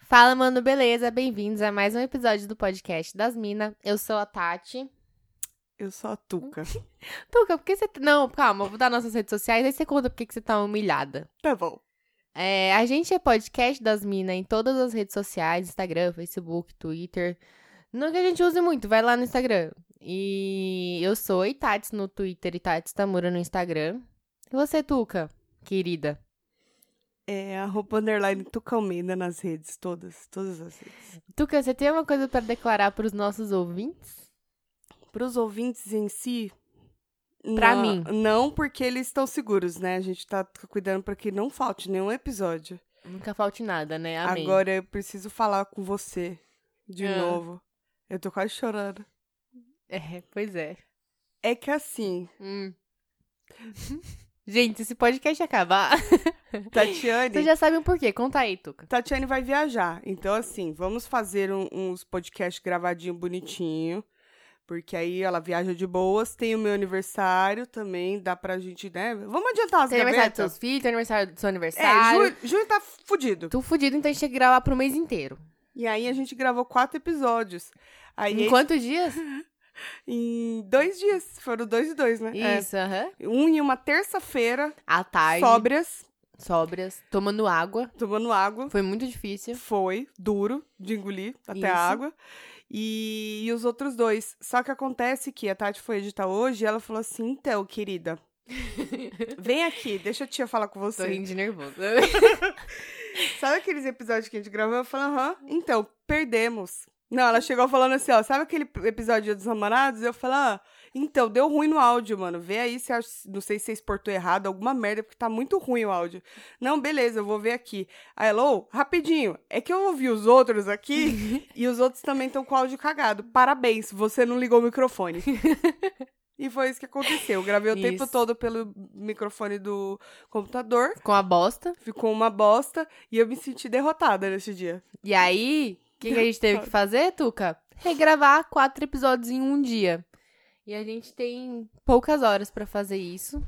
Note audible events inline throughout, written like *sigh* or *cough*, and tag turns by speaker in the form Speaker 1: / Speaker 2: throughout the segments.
Speaker 1: Fala, mano, beleza? Bem-vindos a mais um episódio do podcast das Minas. Eu sou a Tati.
Speaker 2: Eu sou a Tuca.
Speaker 1: Tuca, por que você. tá- Não, calma, vou dar nossas redes sociais, aí você conta por que que você tá humilhada.
Speaker 2: *laughs* Tá bom.
Speaker 1: É, a gente é podcast das Minas em todas as redes sociais: Instagram, Facebook, Twitter. Não que a gente use muito, vai lá no Instagram. E eu sou Itates no Twitter e Itates Tamura no Instagram. E você, Tuca, querida?
Speaker 2: É arroba underline Tucalmenda nas redes, todas, todas as redes.
Speaker 1: Tuca, você tem uma coisa pra declarar pros nossos ouvintes?
Speaker 2: Pros ouvintes em si...
Speaker 1: Pra
Speaker 2: não-
Speaker 1: mim.
Speaker 2: Não, porque eles estão seguros, né? A gente tá cuidando pra que não falte nenhum episódio.
Speaker 1: Nunca falte nada, né? Amém.
Speaker 2: Agora eu preciso falar com você de
Speaker 1: Ah.
Speaker 2: novo. Eu tô quase chorando.
Speaker 1: É, pois é.
Speaker 2: É que *laughs* assim,
Speaker 1: Hum. *laughs* Gente, esse podcast *laughs* acabar.
Speaker 2: Tatiane...
Speaker 1: Vocês já sabem o porquê. Conta aí, Tuca.
Speaker 2: Tatiane vai viajar. Então, assim, vamos fazer um- uns podcasts gravadinho bonitinho. Porque aí ela viaja de boas. Tem o meu aniversário também. Dá pra gente, né? Vamos adiantar as
Speaker 1: Tem aniversário dos
Speaker 2: gavetas.
Speaker 1: seus filhos, tem aniversário do seu
Speaker 2: É,
Speaker 1: aniversário.
Speaker 2: julho, julho tá fudido.
Speaker 1: Tu fudido, então a gente tem que gravar pro mês inteiro.
Speaker 2: E aí a gente gravou quatro episódios. Aí
Speaker 1: em quantos *laughs* dias?
Speaker 2: em dois dias. Foram dois e dois, né? É.
Speaker 1: Isso, aham.
Speaker 2: Um em uma terça-feira,
Speaker 1: À tarde,
Speaker 2: sóbrias,
Speaker 1: sóbrias, tomando água.
Speaker 2: tomando água.
Speaker 1: Foi muito difícil.
Speaker 2: Foi duro de engolir até
Speaker 1: Isso.
Speaker 2: a água. E, e os outros dois. Só que acontece que a Tati foi editar hoje e ela falou assim:
Speaker 1: *laughs*
Speaker 2: então, querida, vem aqui, deixa a tia falar com
Speaker 1: Tô
Speaker 2: você.
Speaker 1: rindo de nervoso. *laughs*
Speaker 2: Sabe aqueles episódios que a gente gravou? Eu falei: aham, então, perdemos. Não, ela chegou falando assim: ó, sabe aquele episódio dos namorados? Eu falei: ah, então, deu ruim no áudio, mano. Vê aí se acha- não sei se você exportou errado, alguma merda, porque tá muito ruim o áudio. Não, beleza, eu vou ver aqui. Aí, Hello, rapidinho. É que eu ouvi os outros aqui e os outros também estão com o áudio cagado. Parabéns, você não ligou o microfone. e foi isso que aconteceu. Eu gravei o tempo
Speaker 1: Isso.
Speaker 2: todo pelo microfone do computador,
Speaker 1: Com a bosta.
Speaker 2: ficou uma bosta e eu me senti derrotada nesse dia.
Speaker 1: E aí, o que, que a gente teve que fazer, Tuca? Regravar quatro episódios em um dia. E a gente tem poucas horas pra fazer isso.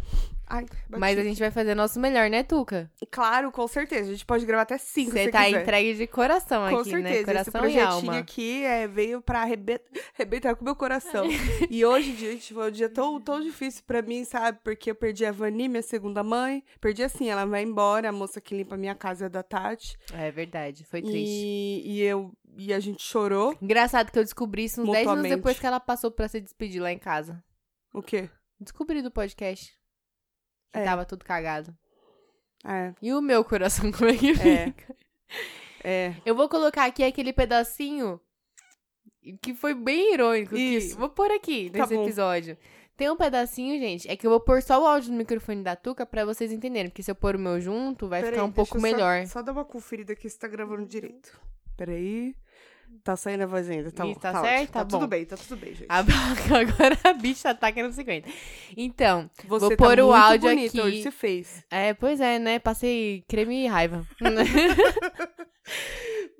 Speaker 2: Ai,
Speaker 1: Mas
Speaker 2: bati.
Speaker 1: a gente vai fazer nosso melhor, né, Tuca?
Speaker 2: Claro, com certeza. A gente pode gravar até cinco se
Speaker 1: Você
Speaker 2: você
Speaker 1: tá
Speaker 2: quiser.
Speaker 1: entregue de coração
Speaker 2: Com
Speaker 1: aqui,
Speaker 2: certeza,
Speaker 1: né?
Speaker 2: esse
Speaker 1: Coração e
Speaker 2: projetinho
Speaker 1: alma.
Speaker 2: aqui é, veio pra arrebe- arrebentar com o meu coração.
Speaker 1: *laughs*
Speaker 2: e hoje, gente, foi um dia tão, tão difícil pra mim, sabe? Porque eu perdi a Vani, minha segunda mãe. Perdi assim, ela vai embora, a moça que limpa a minha casa é da Tati.
Speaker 1: É verdade, foi triste.
Speaker 2: E, e eu e a gente chorou.
Speaker 1: Engraçado que eu descobri isso uns 10 minutos
Speaker 2: Mutuamente.
Speaker 1: depois que ela passou pra se despedir lá em casa.
Speaker 2: O quê?
Speaker 1: Descobri do podcast. Que
Speaker 2: É.
Speaker 1: tava tudo cagado.
Speaker 2: É,
Speaker 1: E o meu coração, *laughs* como é que
Speaker 2: É.
Speaker 1: fica?
Speaker 2: é.
Speaker 1: Eu vou colocar aqui aquele pedacinho que foi bem irônico. que-
Speaker 2: Isso.
Speaker 1: vou pôr aqui
Speaker 2: Tá
Speaker 1: nesse
Speaker 2: bom.
Speaker 1: episódio. Tem um pedacinho, gente, é que eu vou pôr só o áudio no microfone da Tuca pra vocês entenderem. Porque se eu pôr o meu junto, vai
Speaker 2: Peraí,
Speaker 1: ficar um
Speaker 2: deixa
Speaker 1: pouco
Speaker 2: eu só-
Speaker 1: melhor. Uhum.
Speaker 2: Só, dá uma conferida aqui se tá gravando direito. Peraí. Tá saindo a voz ainda, tá
Speaker 1: Ih,
Speaker 2: bom.
Speaker 1: tá
Speaker 2: ótimo.
Speaker 1: certo? Tá
Speaker 2: Tá,
Speaker 1: bom.
Speaker 2: tudo bem, tá tudo bem, gente.
Speaker 1: A Baca- *laughs* agora a bicha tá querendo 50. Então,
Speaker 2: Você
Speaker 1: vou
Speaker 2: tá
Speaker 1: pôr o
Speaker 2: muito
Speaker 1: áudio
Speaker 2: bonita,
Speaker 1: aqui.
Speaker 2: Hoje você fez.
Speaker 1: é, pois é, né? Passei creme e
Speaker 2: *laughs*
Speaker 1: raiva.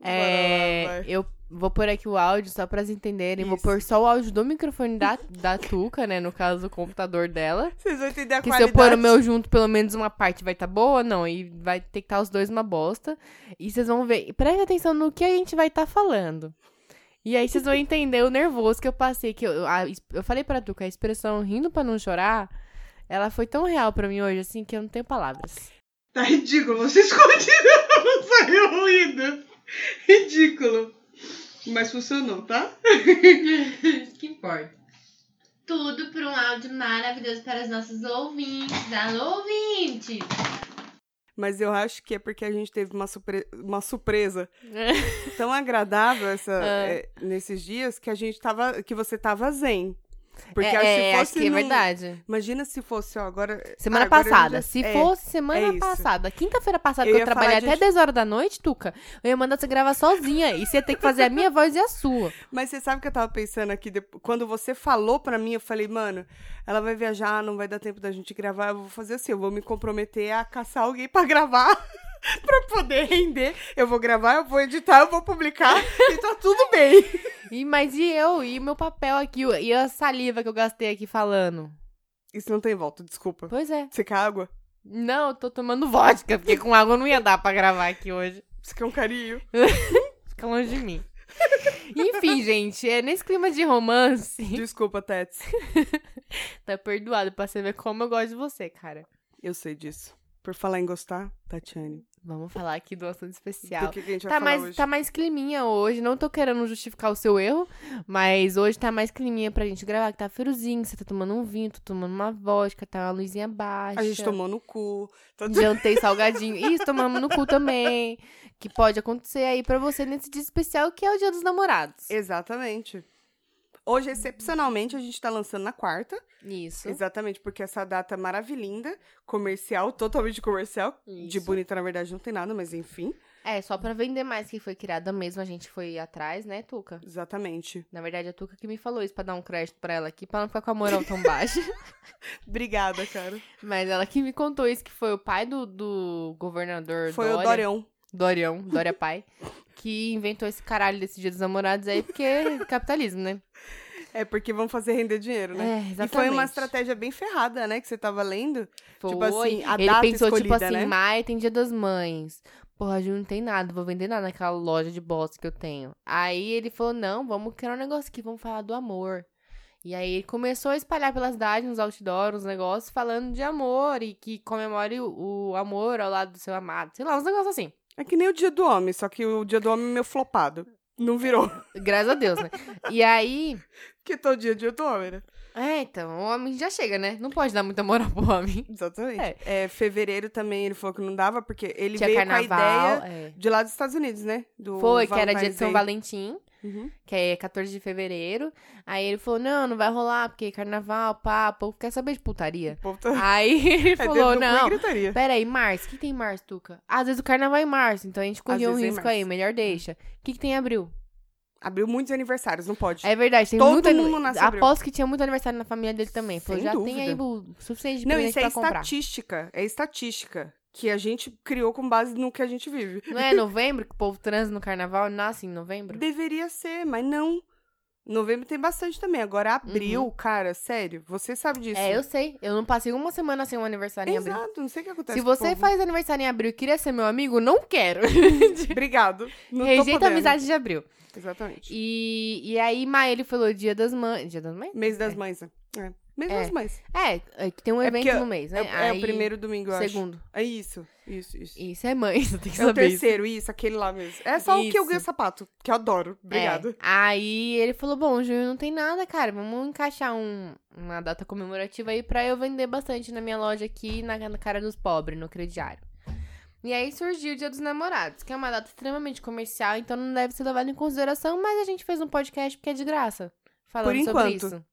Speaker 1: É,
Speaker 2: Bora lá, vai.
Speaker 1: eu vou pôr aqui o áudio só pra vocês entenderem. Vou
Speaker 2: Isso.
Speaker 1: pôr só o áudio do microfone
Speaker 2: *laughs*
Speaker 1: da, da Tuca, né? No caso, do computador dela.
Speaker 2: Vocês vão entender a
Speaker 1: Que se eu
Speaker 2: qualidade.
Speaker 1: pôr o meu junto, pelo menos uma parte vai tá boa, não. E vai ter que estar os dois uma bosta. E vocês vão ver. E Preste atenção no que a gente vai estar falando. E aí vocês
Speaker 2: *laughs*
Speaker 1: vão entender o nervoso que eu passei. Que eu, a- eu falei pra Tuca, a expressão rindo pra não chorar, ela foi tão real pra mim hoje, assim, que eu não tenho palavras.
Speaker 2: Tá ridículo, *laughs* vocês continuam saiu ruído. Ridículo. Mas funcionou, tá?
Speaker 3: *laughs* que importa. Tudo por um áudio maravilhoso para os nossos ouvintes. Alô, ouvintes!
Speaker 2: Mas eu acho que é porque a gente teve uma, surpre- uma surpresa tão agradável essa,
Speaker 1: Ah.
Speaker 2: é, nesses dias que a gente tava. que você tava zen. Porque
Speaker 1: é,
Speaker 2: acho
Speaker 1: é,
Speaker 2: que
Speaker 1: acho
Speaker 2: fosse
Speaker 1: que é
Speaker 2: num-
Speaker 1: verdade.
Speaker 2: Imagina se fosse, ó, agora.
Speaker 1: Semana
Speaker 2: Ah, agora eu
Speaker 1: passada.
Speaker 2: já-
Speaker 1: Se
Speaker 2: é.
Speaker 1: fosse semana
Speaker 2: é isso.
Speaker 1: passada, quinta-feira passada,
Speaker 2: Eu
Speaker 1: que eu
Speaker 2: ia falar
Speaker 1: trabalhei até
Speaker 2: disso.
Speaker 1: 10 horas da noite, Tuca, eu ia mandar você gravar sozinha. E você ia ter que fazer a minha voz e a sua.
Speaker 2: Mas você sabe que eu tava pensando aqui, depo- quando você falou pra mim, eu falei, mano, ela vai viajar, não vai dar tempo da gente gravar, eu vou fazer assim, eu vou me comprometer a caçar alguém pra *laughs* gravar, pra poder render. Eu vou gravar, eu vou editar, eu vou publicar, e tá tudo bem.
Speaker 1: *laughs* E, mas e eu? E meu papel aqui? E a saliva que eu gastei aqui falando?
Speaker 2: Isso não tem volta, desculpa.
Speaker 1: Pois é.
Speaker 2: Você quer água?
Speaker 1: Não, eu tô tomando vodka, porque com água não ia dar pra gravar aqui hoje.
Speaker 2: Você quer um carinho?
Speaker 1: Fica longe de mim. Enfim, gente, é nesse clima de romance.
Speaker 2: Desculpa, Tets.
Speaker 1: Tá perdoado pra você ver como eu gosto de você, cara.
Speaker 2: Eu sei disso. Por falar em gostar, Tatiane.
Speaker 1: Vamos falar aqui do assunto especial.
Speaker 2: Do que, que a gente vai
Speaker 1: Tá
Speaker 2: falar
Speaker 1: mais,
Speaker 2: hoje?
Speaker 1: tá mais climinha hoje. Não tô querendo justificar o seu erro, mas hoje tá mais climinha pra gente gravar, que tá friozinho, você tá tomando um vinho, tô tomando uma vodka, tá uma luzinha baixa.
Speaker 2: A gente tomou no cu.
Speaker 1: *laughs*
Speaker 2: Tá-
Speaker 1: Jantei salgadinho. Isso, tomamos no cu também. Que pode acontecer aí pra você nesse dia especial, que é o dia dos namorados.
Speaker 2: Exatamente. Hoje, excepcionalmente, a gente tá lançando na quarta.
Speaker 1: Isso.
Speaker 2: Exatamente, porque essa data maravilhinda, comercial, totalmente comercial. De
Speaker 1: Isso.
Speaker 2: bonita, na verdade, não tem nada, mas enfim.
Speaker 1: É, só pra vender mais que foi criada mesmo, a gente foi atrás, né, Tuca?
Speaker 2: Exatamente.
Speaker 1: Na verdade, a Tuca que me falou isso pra dar um crédito pra ela aqui, pra não ficar com a moral tão
Speaker 2: *laughs*
Speaker 1: baixa.
Speaker 2: Obrigada, cara.
Speaker 1: Mas ela que me contou isso, que foi o pai do, do governador
Speaker 2: Foi
Speaker 1: Dória,
Speaker 2: o Dorião.
Speaker 1: Dorião, Dória Pai, que inventou esse caralho desse dia dos namorados aí, porque é capitalismo, né?
Speaker 2: É porque vão fazer render dinheiro, né?
Speaker 1: É, exatamente.
Speaker 2: E foi uma estratégia bem ferrada, né? Que você tava lendo. tipo
Speaker 1: Foi.
Speaker 2: assim, a
Speaker 1: Ele
Speaker 2: data
Speaker 1: pensou, tipo
Speaker 2: escolhida,
Speaker 1: assim,
Speaker 2: né?
Speaker 1: Mai tem dia das mães. Porra, Ju, não tem nada, vou vender nada naquela loja de bosta que eu tenho. Aí ele falou, não, vamos criar um negócio aqui, vamos falar do amor. E aí ele começou a espalhar pela cidade uns outdoors, uns negócios, falando de amor e que comemore o, o amor ao lado do seu amado. Sei lá, uns negócios assim.
Speaker 2: É que nem o dia do homem, só que o dia do homem é meio flopado. Não virou.
Speaker 1: Graças a Deus, né? E aí...
Speaker 2: Porque todo dia é dia do homem, né?
Speaker 1: É, então, o homem já chega, né? Não pode dar muita moral pro homem.
Speaker 2: Exatamente. É. fevereiro também ele falou que não dava, porque ele
Speaker 1: Tinha
Speaker 2: veio com a
Speaker 1: carnaval.
Speaker 2: ideia
Speaker 1: é.
Speaker 2: de lá dos Estados Unidos, né? Do
Speaker 1: Foi, que era dia de
Speaker 2: Valentine's
Speaker 1: São
Speaker 2: Day.
Speaker 1: Valentim.
Speaker 2: Uhum.
Speaker 1: que é 14 de fevereiro. Aí ele falou: não, não vai rolar, porque é carnaval, pá, o povo quer saber de
Speaker 2: *laughs*
Speaker 1: putaria.
Speaker 2: O povo tá-
Speaker 1: Aí ele
Speaker 2: É, dedo
Speaker 1: falou:
Speaker 2: no cu e
Speaker 1: não.
Speaker 2: gritaria.
Speaker 1: Peraí, março, o que tem em março, Tuca? Às vezes o carnaval é em março, então a gente corria um
Speaker 2: vezes é em
Speaker 1: risco aí,
Speaker 2: março.
Speaker 1: melhor deixa. O que, que tem em abril?
Speaker 2: Abriu muitos aniversários, não pode.
Speaker 1: É verdade, tem
Speaker 2: Todo
Speaker 1: muito ani-
Speaker 2: mundo nasce em abril.
Speaker 1: Aposto que tinha muito aniversário na família dele também. Falou,
Speaker 2: Sem
Speaker 1: já
Speaker 2: dúvida.
Speaker 1: tem aí o suficiente de
Speaker 2: não,
Speaker 1: presente
Speaker 2: isso é
Speaker 1: pra comprar.
Speaker 2: estatística. É estatística que a gente criou com base no que a gente vive.
Speaker 1: Não é novembro que o povo transa no carnaval? Nasce em novembro?
Speaker 2: Deveria ser, mas não. Novembro tem bastante também. Agora, abril, cara, sério, você sabe disso.
Speaker 1: Uhum. É, eu sei. Eu não passei uma semana sem um aniversário em abril.
Speaker 2: Exato, é não sei o que acontece.
Speaker 1: Se
Speaker 2: com o
Speaker 1: você
Speaker 2: povo.
Speaker 1: faz aniversário em abril e queria ser meu amigo, não quero.
Speaker 2: Obrigado. *laughs* Não tô
Speaker 1: Rejeita a
Speaker 2: podendo.
Speaker 1: amizade de abril.
Speaker 2: Exatamente.
Speaker 1: E, e aí, Maia, ele falou dia das mães. Dia das mães?
Speaker 2: Mês das mães, né? É. Mês
Speaker 1: É.
Speaker 2: das mães.
Speaker 1: É, é que tem um
Speaker 2: É
Speaker 1: evento
Speaker 2: porque
Speaker 1: no mês,
Speaker 2: É,
Speaker 1: né?
Speaker 2: é
Speaker 1: Aí,
Speaker 2: o primeiro domingo, eu acho.
Speaker 1: Segundo.
Speaker 2: É isso, isso, isso.
Speaker 1: Isso é mãe, *laughs* você tem que
Speaker 2: É
Speaker 1: saber.
Speaker 2: o terceiro, isso, aquele lá mesmo. É só o que eu
Speaker 1: Isso.
Speaker 2: ganho sapato, que eu adoro.
Speaker 1: isso. É.
Speaker 2: Obrigada.
Speaker 1: Aí ele falou: Bom, junho não tem nada, cara. Vamos encaixar um- uma data comemorativa aí pra eu vender bastante na minha loja aqui, na, na cara dos pobres, no crediário. E aí surgiu o Dia dos Namorados, que é uma data extremamente comercial, então não deve ser levado em consideração, mas a gente fez um podcast porque é de graça. Falando sobre
Speaker 2: enquanto.
Speaker 1: isso.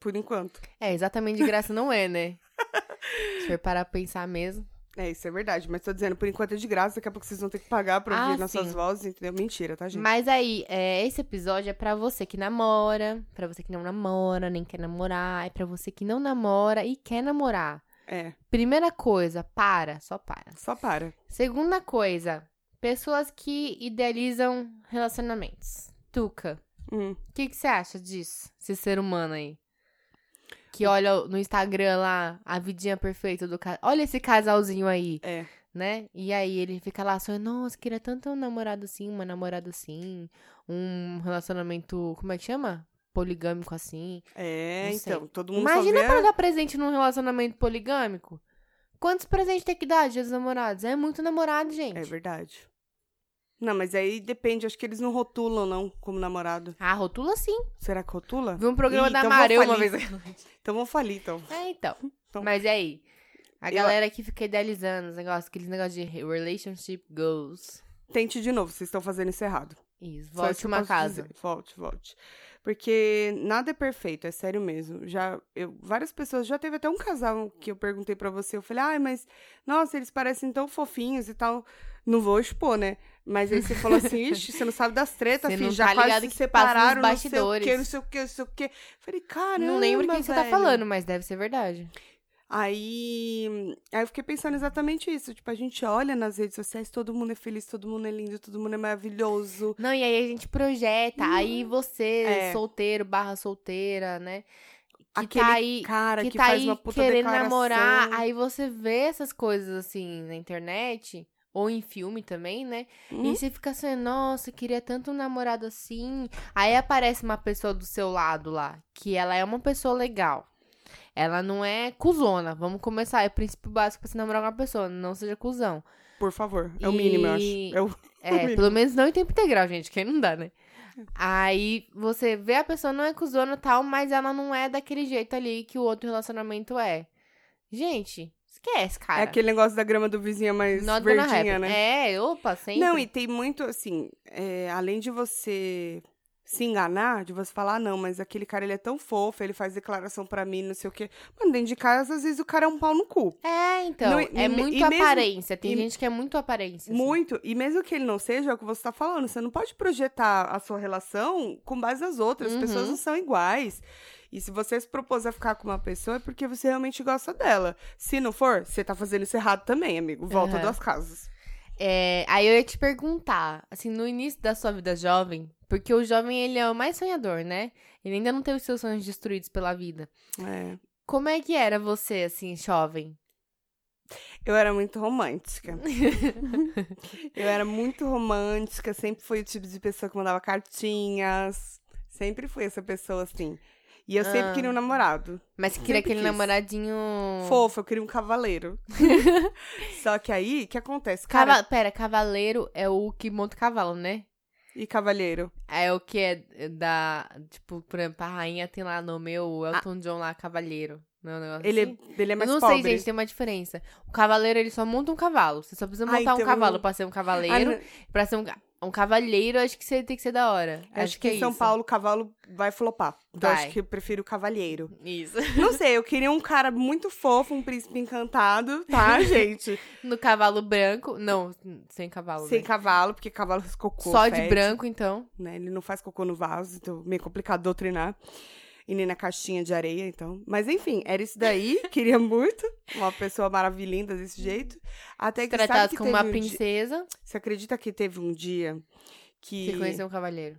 Speaker 2: Por enquanto.
Speaker 1: É, exatamente de graça não é,
Speaker 2: *laughs*
Speaker 1: né? Se for parar pra pensar mesmo.
Speaker 2: É, isso é verdade. Mas tô dizendo, por enquanto é de graça, daqui a pouco vocês vão ter que pagar pra
Speaker 1: Ah,
Speaker 2: ouvir nossas
Speaker 1: sim.
Speaker 2: vozes, entendeu? Mentira, tá, gente?
Speaker 1: Mas aí, é, esse episódio é pra você que namora, pra você que não namora, nem quer namorar, é pra você que não namora e quer namorar.
Speaker 2: É,
Speaker 1: Primeira coisa, para, só para.
Speaker 2: só para.
Speaker 1: Segunda coisa, pessoas que idealizam relacionamentos. Tuca,
Speaker 2: Hum.
Speaker 1: o que que você acha disso? Esse ser humano aí. Que olha no Instagram lá a vidinha perfeita do casal. Olha esse casalzinho aí.
Speaker 2: É.
Speaker 1: né? E aí ele fica lá sonhando, nossa, queria tanto um namorado assim, uma namorada assim, um relacionamento, como é que chama? Poligâmico assim.
Speaker 2: É,
Speaker 1: Não sei.
Speaker 2: então, todo mundo só
Speaker 1: Imagina
Speaker 2: vê-
Speaker 1: pra dar presente num relacionamento poligâmico. Quantos presentes tem que dar de namorados? É muito namorado, gente.
Speaker 2: É verdade. Não, mas aí depende, acho que eles não rotulam, não, como namorado.
Speaker 1: ah, rotula sim.
Speaker 2: Será que rotula?
Speaker 1: Vi um programa
Speaker 2: Ih,
Speaker 1: da
Speaker 2: então vou
Speaker 1: Mareu uma
Speaker 2: falir.
Speaker 1: vez.
Speaker 2: Então vamos falir, então.
Speaker 1: É, então.
Speaker 2: Então-
Speaker 1: Mas e aí? A
Speaker 2: Eu-
Speaker 1: galera que fica idealizando os negócios, aqueles negócios de relationship goals.
Speaker 2: Tente de novo, vocês estão fazendo isso errado.
Speaker 1: Isso,
Speaker 2: Só isso
Speaker 1: volte
Speaker 2: que eu
Speaker 1: uma
Speaker 2: posso
Speaker 1: casa.
Speaker 2: dizer. Volte, volte. Porque nada é perfeito, é sério mesmo. Já eu, várias pessoas já teve até um casal que eu perguntei pra você, eu falei: "Ai, mas nossa, eles parecem tão fofinhos e tal". Não vou expor, né? Mas aí você falou assim: "Ixi, você não sabe das tretas,
Speaker 1: Você
Speaker 2: filho,
Speaker 1: não
Speaker 2: já
Speaker 1: tá
Speaker 2: quase
Speaker 1: ligado
Speaker 2: se
Speaker 1: que passa nos
Speaker 2: separaram, não sei o
Speaker 1: bastidores."
Speaker 2: quê, não sei o quê, não sei o quê". Falei: "Caramba,
Speaker 1: Não lembro quem você tá
Speaker 2: velho."
Speaker 1: falando, mas deve ser verdade.
Speaker 2: Aí, aí eu fiquei pensando exatamente isso, tipo, a gente olha nas redes sociais, todo mundo é feliz, todo mundo é lindo, todo mundo é maravilhoso.
Speaker 1: Não, e aí a gente projeta. Aí você,
Speaker 2: É.
Speaker 1: solteiro, barra solteira, né? Que
Speaker 2: aquele
Speaker 1: tá aí.
Speaker 2: cara
Speaker 1: que
Speaker 2: que,
Speaker 1: tá
Speaker 2: faz
Speaker 1: aí
Speaker 2: uma puta
Speaker 1: querendo
Speaker 2: declaração.
Speaker 1: namorar. Aí você vê essas coisas assim na internet. Ou em filme também, né?
Speaker 2: Hum.
Speaker 1: E você fica assim, nossa, eu queria tanto um namorado assim. Aí aparece uma pessoa do seu lado lá, que ela é uma pessoa legal. Ela não é cuzona. Vamos começar. É o princípio básico pra se namorar com uma pessoa. Não seja
Speaker 2: *laughs*
Speaker 1: cuzão.
Speaker 2: Por favor. É o mínimo, eu
Speaker 1: E-
Speaker 2: acho. É o-
Speaker 1: É, pelo menos não em tempo integral, gente, que aí não dá, né? Aí você vê a pessoa não é cuzona e tal, mas ela não é daquele jeito ali que o outro relacionamento é. Gente, esquece, cara.
Speaker 2: É aquele negócio da grama do vizinho é mais
Speaker 1: Not gonna
Speaker 2: verdinha,
Speaker 1: happen.
Speaker 2: né?
Speaker 1: É, opa, sempre.
Speaker 2: Não, e tem muito, assim, é, além de você se enganar, de você falar, "Ah, não, mas aquele cara, ele é tão fofo, ele faz declaração pra mim, não sei o quê. Mano, dentro de casa, às vezes o cara é um pau no cu.
Speaker 1: É, então,
Speaker 2: Não, e-
Speaker 1: é
Speaker 2: e me-
Speaker 1: muito
Speaker 2: e mesmo-
Speaker 1: aparência. Tem
Speaker 2: e-
Speaker 1: gente que é muito aparência. assim.
Speaker 2: Muito. E mesmo que ele não seja, é o que você tá falando. Você não pode projetar a sua relação com base nas outras.
Speaker 1: Uhum.
Speaker 2: As pessoas não são iguais. E se você se propôs a ficar com uma pessoa, é porque você realmente gosta dela. Se não for, você tá fazendo isso errado também, amigo. Volta
Speaker 1: Aham.
Speaker 2: duas casas.
Speaker 1: É, aí eu ia te perguntar, assim, no início da sua vida jovem, porque o jovem, ele é o mais sonhador, né? Ele ainda não teve seus sonhos destruídos pela vida. *laughs*
Speaker 2: É.
Speaker 1: Como é que era você, assim, jovem?
Speaker 2: Eu era muito romântica. eu era muito romântica, sempre fui o tipo de pessoa que mandava cartinhas. Sempre fui essa pessoa assim. E eu sempre
Speaker 1: Ah.
Speaker 2: queria um namorado.
Speaker 1: Mas que queria
Speaker 2: Sempre
Speaker 1: aquele
Speaker 2: quis.
Speaker 1: namoradinho...
Speaker 2: Fofo, eu queria
Speaker 1: *laughs*
Speaker 2: um cavaleiro. Só que aí, o que acontece? Cara,
Speaker 1: Cava... Pera, cavaleiro é o que monta o cavalo, né?
Speaker 2: E cavalheiro.
Speaker 1: É o que é da... Tipo, por exemplo, a rainha tem lá no meu, o Elton John lá, cavaleiro. Não, Ah. é um negócio
Speaker 2: Ele,
Speaker 1: assim?
Speaker 2: é- ele é mais
Speaker 1: eu não
Speaker 2: pobre.
Speaker 1: sei, gente, tem uma diferença. O cavaleiro, ele só monta um cavalo. Você só precisa
Speaker 2: Ah,
Speaker 1: montar um
Speaker 2: então-
Speaker 1: cavalo pra ser um
Speaker 2: Ah,
Speaker 1: cavaleiro.
Speaker 2: não-
Speaker 1: Pra ser um, ca- um cavalheiro, acho que você tem que ser da hora. Acho,
Speaker 2: acho que,
Speaker 1: é
Speaker 2: em São
Speaker 1: isso.
Speaker 2: Paulo o cavalo vai flopar. Então
Speaker 1: Vai.
Speaker 2: acho que eu prefiro o cavalheiro.
Speaker 1: Isso. *laughs*
Speaker 2: Não sei, eu queria um cara muito fofo, um príncipe encantado,
Speaker 1: *laughs*
Speaker 2: tá, gente?
Speaker 1: No cavalo branco. Não, sem cavalo.
Speaker 2: Sem
Speaker 1: né?
Speaker 2: cavalo, porque cavalo faz cocô.
Speaker 1: Só de
Speaker 2: fede,
Speaker 1: branco, então.
Speaker 2: Né? Ele não faz cocô no vaso, então meio complicado doutrinar. E nem na caixinha de areia, então. Mas enfim, era isso daí. Queria muito. Uma pessoa maravilhosa desse jeito. Até que sabe
Speaker 1: Tratado
Speaker 2: que
Speaker 1: como uma
Speaker 2: teve um dia-
Speaker 1: princesa.
Speaker 2: Você acredita que teve um dia que.
Speaker 1: Você conheceu um cavaleiro.